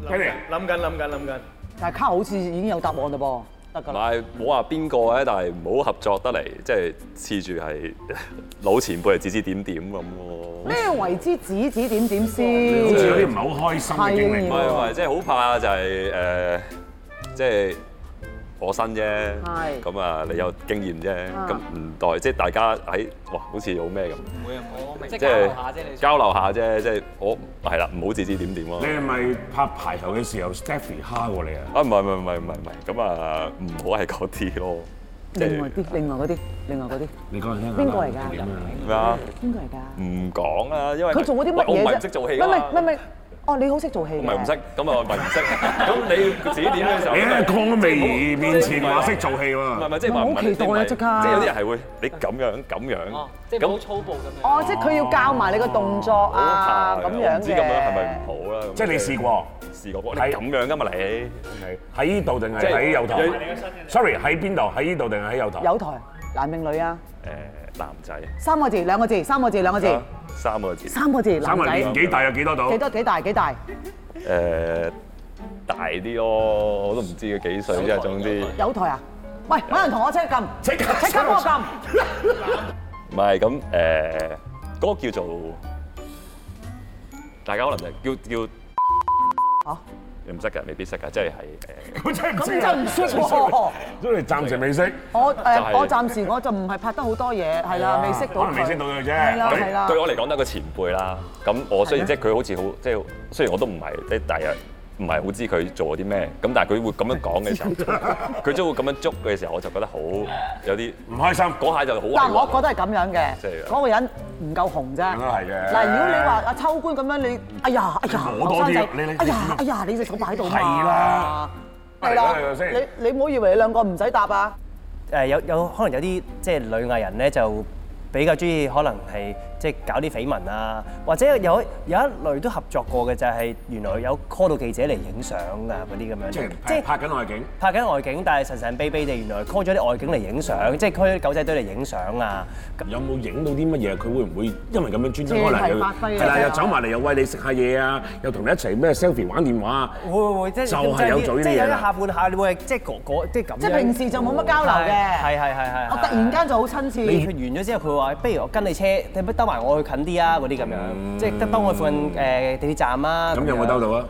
S2: ，Kenny，
S5: 諗緊諗緊諗緊。
S3: 但係卡好似已經有答案嘞噃，得
S7: 唔
S3: 㗎啦。
S7: 係冇話邊個咧，但係唔好合作得嚟，即係黐住係老前輩嚟指指點點咁咯。
S3: 咩為之指指點點
S2: 好似有
S3: 先？
S2: 啲唔係好開心嘅經歷
S7: 唔
S3: 係
S7: 係唔係，即係好怕就係誒，即係我新啫
S3: 係，
S7: 咁啊你有經驗啫，咁
S3: 啊
S7: 唔代即係大家喺哇好似好咩咁，
S6: 即
S7: 即係交流下啫，即係我係啦，唔好指指點點咯
S2: 你。係咪拍排球嘅時候 Stephy 蝦過你啊？
S7: 啊唔係唔係唔係唔係唔係，咁啊唔好係嗰啲咯，即
S3: 另外
S7: 係
S3: 啲，另外嗰啲，另外嗰啲，
S2: 你講嚟聽下
S3: 邊個嚟㗎
S2: 點啊？
S7: 咩啊？
S3: 邊個嚟㗎？
S7: 唔講啦，因為
S3: 佢做過啲乜
S7: 我唔
S3: 嘢
S7: 係
S3: 啫？
S7: 唔識做戲
S3: 唔
S7: 㗎
S3: 係唔係唔
S7: 嘛。
S3: 係，哦，你好識做戲
S7: 唔係唔
S3: 嘅
S7: 識，。咁啊唔係唔識。咁你自己 點嘅時候，
S2: 你喺
S7: 唔
S2: 江美儀面前話識做戲
S7: 係唔
S2: 喎，
S7: 係即係話唔
S3: 我好
S7: 係
S3: 期待啊
S7: 你唔係
S3: 即刻
S7: 即係有啲人係會你咁樣咁樣，咁
S3: 哦，即係佢要教埋你個動作
S7: 哦好怕
S3: 啊，咁
S7: 嘅我
S3: 樣嘅。
S7: 唔知咁樣係咪唔好啦？咁
S2: 即係你試過
S7: 試過，你咁樣㗎嘛你？
S2: 喺呢度定係喺右台
S7: 即係
S2: ？Sorry，喺邊度？喺呢度定係喺右台？
S3: 有台男定女啊？
S7: 誒男仔
S3: 三個字，兩個字，三個字，兩個字
S7: 啊，三個字
S3: 三個字，
S2: 三
S3: 男
S2: 個人
S3: 仔
S2: 年。紀大有幾多度
S3: 幾？多幾大幾大？
S7: 誒呃大啲咯，我都唔知佢幾歲啫，總之
S3: 有台啊？喂，揾人同我即刻撳，
S2: 即刻
S3: 即刻幫我撳。
S7: 唔係咁誒，嗰個叫做大家可能就叫叫。
S3: 嚇
S7: 唔識㗎，未必識㗎，即係呃係
S2: 我真係唔
S3: 咁
S2: 識
S3: 真係
S2: 啊
S3: 唔！識 喎。
S2: 所以暫時未識，
S3: 我
S7: 就
S3: 誒，
S7: 係
S3: 我暫時我就唔係拍得好多嘢，係啦，未識到
S2: 啊
S3: 佢。
S2: 可能未識到佢啫
S3: 係啦，
S2: 對
S3: 係
S7: 誒，
S3: 啦
S7: 對。我嚟講都係個前輩啦。咁我雖然即係佢好似好即係，雖然我都唔係即係大約唔係好知佢做咗啲咩，咁但係佢會咁樣講 嘅時候，佢都會咁樣捉嘅時候，我就覺得好有啲
S2: 唔開心。
S7: 嗰下就好委
S3: 但我
S7: 屈
S3: 覺得係咁樣
S7: 即
S3: 嘅，
S7: 係
S3: 嗰個人唔夠紅啫。
S2: 咁都係嘅
S3: 嗱，如果你話阿秋官咁樣，你哎呀哎呀，
S2: 我多啲
S3: 後生仔
S2: 你你
S3: 哎呀哎呀，你隻手擺喺度嘛。
S2: 係啦，
S3: 係
S2: 嚟啦嚟啦
S3: 啦
S2: 先，
S3: 你你唔好以為你兩個唔使答啊。
S8: 誒有有可能有啲即係女藝人咧就比較中意可能係即係搞啲緋聞啊，或者有有一類都合作過嘅就係原來有 call 到記者嚟影相啊嗰啲咁樣，
S2: 即係拍拍緊外景，
S8: 拍緊外景，但係神神秘秘地原來 call 咗啲外景嚟影相，即係 call 啲狗仔隊嚟影相啊。
S2: 有冇影到啲乜嘢？佢會唔會因為咁樣專
S3: 借
S2: 登可能
S3: 題
S2: 又
S3: 發揮啊
S2: 係啦，又走埋嚟又喂你食下嘢啊，又同你一齊咩 selfie 玩電話啊？
S8: 會會會，即係
S2: 就係有做呢啲嘢啦
S8: 即係有一下半下，你會即係嗰嗰即係咁樣。
S3: 即係平時就冇乜交流嘅
S8: 係係係係。
S3: 我突然間就好親切。
S8: 你完咗之後，佢話：不如我跟你車，你不兜埋我去近啲啊嗰啲咁樣，即係得兜我附近誒地鐵站啊。
S2: 咁有冇兜到？啊？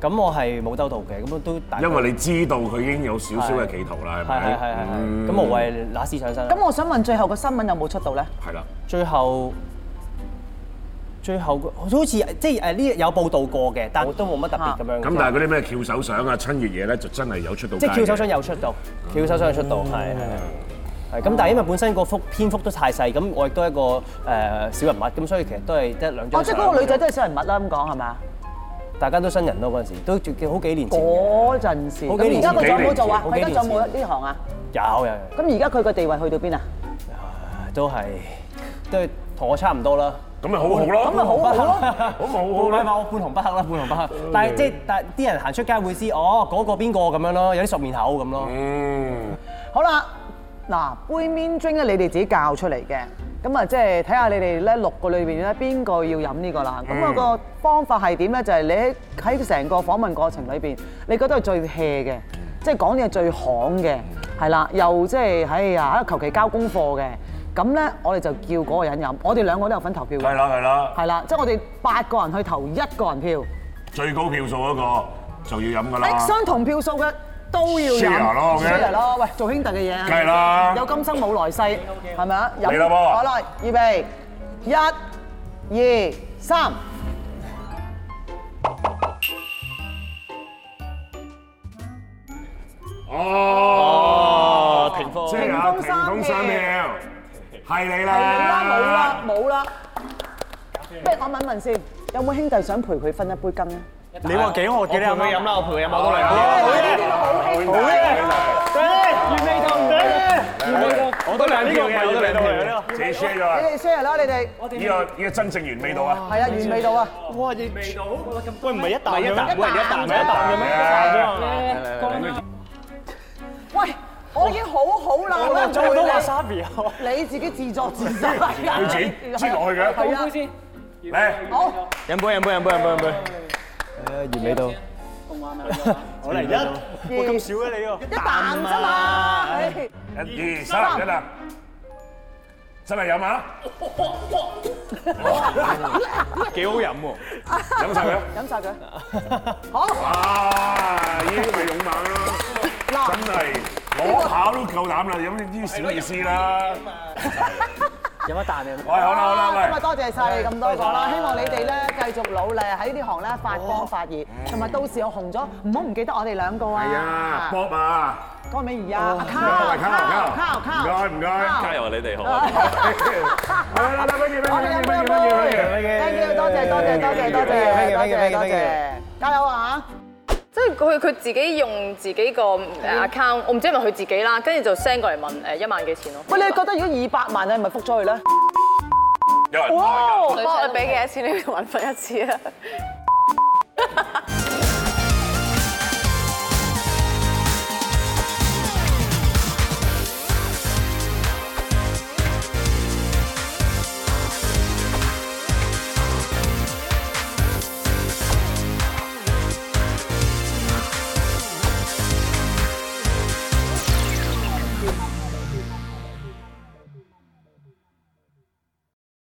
S8: 咁我係冇兜到嘅，咁都大概。
S2: 因為你知道佢已經有少少嘅企圖啦，係
S8: 係係係
S2: 咪？嗯
S8: 係，咁無謂揦屎上身。
S3: 咁我想問最後個新聞有冇出到咧？
S2: 係啦。
S8: 最後最後好似即係誒呢有報道過嘅，但都冇乜特別咁樣。
S2: 咁但係嗰啲咩翹手相啊、親熱嘢咧，就真係有出到
S8: 即
S2: 街
S8: 係
S2: 嘅
S8: 翹手相有出到，翹手相有出到，係係係。係咁，但係因為本身個幅篇幅都太細，咁我亦都係一個誒、呃小人物，咁所以其實都係得兩張。
S3: 哦，即係嗰個女仔，都係小人物啦，咁講係嘛？
S8: 大家都新人咯嗰陣時，都仲好幾年前。
S3: 嗰陣時，
S8: 好
S3: 咁
S8: 幾
S3: 而
S8: 年
S3: 家
S8: 前
S3: 佢仲有冇做啊？
S8: 好
S3: 佢
S8: 幾
S3: 而
S8: 年
S3: 家
S8: 前
S3: 仲有冇呢行啊？
S8: 有有有，
S3: 咁而家佢個地位去到邊啊？
S8: 都係都係同我差唔多啦。
S2: 咁咪好好咯，
S3: 咪好好咯
S2: 咁咪好
S8: 唔係
S2: 好
S8: 唔
S2: 咯。
S8: 係，我半紅不黑啦，半紅不黑。但係即係但係啲人行出街會知，哦，嗰個邊個咁樣咯，有啲熟面口咁咯。
S2: 嗯，
S3: 好啦，嗱，杯面 drink 咧，你哋自己教出嚟嘅，咁啊，即係睇下你哋咧六個裏邊咧邊個要飲呢個
S2: 嗯
S3: 啦。咁啊個方法係點咧？就係、你喺喺成個訪問過程裏邊，你覺得係最 hea 嘅，
S2: 嗯
S3: 即係講嘢最行嘅，係啦，又即係哎呀，求其交功課嘅。咁咧，我哋就叫嗰個人飲，我哋兩個都有份投票
S2: 係
S3: 嘅，
S2: 啦係啦，
S3: 係啦，即係我哋八個人去投一個人票，
S2: 最高票數嗰個就要飲㗎啦。
S3: 相同票數嘅都要飲
S2: Share 咯，OK
S3: share 咯，喂，做兄弟嘅嘢啊
S2: 梗係啦
S3: 有今生冇來世，係咪啊？飲
S2: 嚟啦噃
S3: 好啦，預備，一、二、三。
S2: 哦，
S7: 停科
S2: 即係啊，
S3: 屏
S2: 屏
S3: 風
S2: 風
S3: 三
S2: 三
S3: 秒
S2: 秒，係你
S3: 係啦，冇
S2: 啦
S3: 啦，，冇啦。不如我問問先，有冇兄弟想陪佢分一杯羹咧？
S5: 你話幾好，我記得有咩飲啦，我陪佢飲好多兩杯。
S3: 好嘢，好兄弟。
S5: 我都兩票嘅，我都兩票。
S2: 自己 share 咗
S3: 你
S2: 啦。
S3: 哋 share 啦，你哋
S2: 呢個呢個真正原味道啊！
S3: 係啊，完美到啊！
S5: 喂，唔係一啖一啖，
S3: 喂一啖
S5: 唔係一啖嘅咩？一啖啫嘛
S3: 喂，我已經好好啦，我
S8: 做到 wasabi 啊！
S3: 你自己自作自受。佢
S2: 佢自己擠落去嘅
S3: 係啊，
S2: 嚟，
S3: 好。
S5: 飲杯飲杯飲杯飲杯飲杯。
S8: 我嚟一。
S3: 喂，咁少嘅你喎，一啖啫嘛，唉
S2: 一二三，一啖，真係飲啊！
S5: 幾好飲喎！
S2: 飲晒佢。
S3: 飲晒佢。好，
S2: 啊！呢啲咪勇猛咯，真係攞考都夠膽啦，有啲小意思啦。
S6: 有乜彈
S2: 喂，好啦好
S3: 咁
S2: 啦
S3: 啊，，多謝晒你咁多個啦，希望你哋咧繼續努力喺呢行咧發光發熱，同埋到時我紅咗，唔好唔記得我哋兩個
S2: 喂，係啊
S3: 啊，。
S2: ，Bob 啊，
S3: 江美儀啊，阿卡
S2: 喂，卡卡卡，唔該唔該，
S7: 加油啊！你哋好。
S2: 嚟嚟嚟，乜嘢乜
S3: 我哋
S2: 嘢
S3: 飲
S2: 乜嘢
S3: 杯
S2: 乜嘢乜嘢。
S3: ，thank you，多謝多謝多謝多謝多謝多謝，加油啊！
S9: 即係佢佢自己用自己個誒 account，我唔知係咪佢自己啦，跟住就 send 過嚟問誒一萬幾錢咯。
S3: 喂，你覺得如果二百萬你係咪覆咗佢咧？
S2: 有人
S3: 哇！
S9: 幫我俾幾多錢你要揾翻一次啊？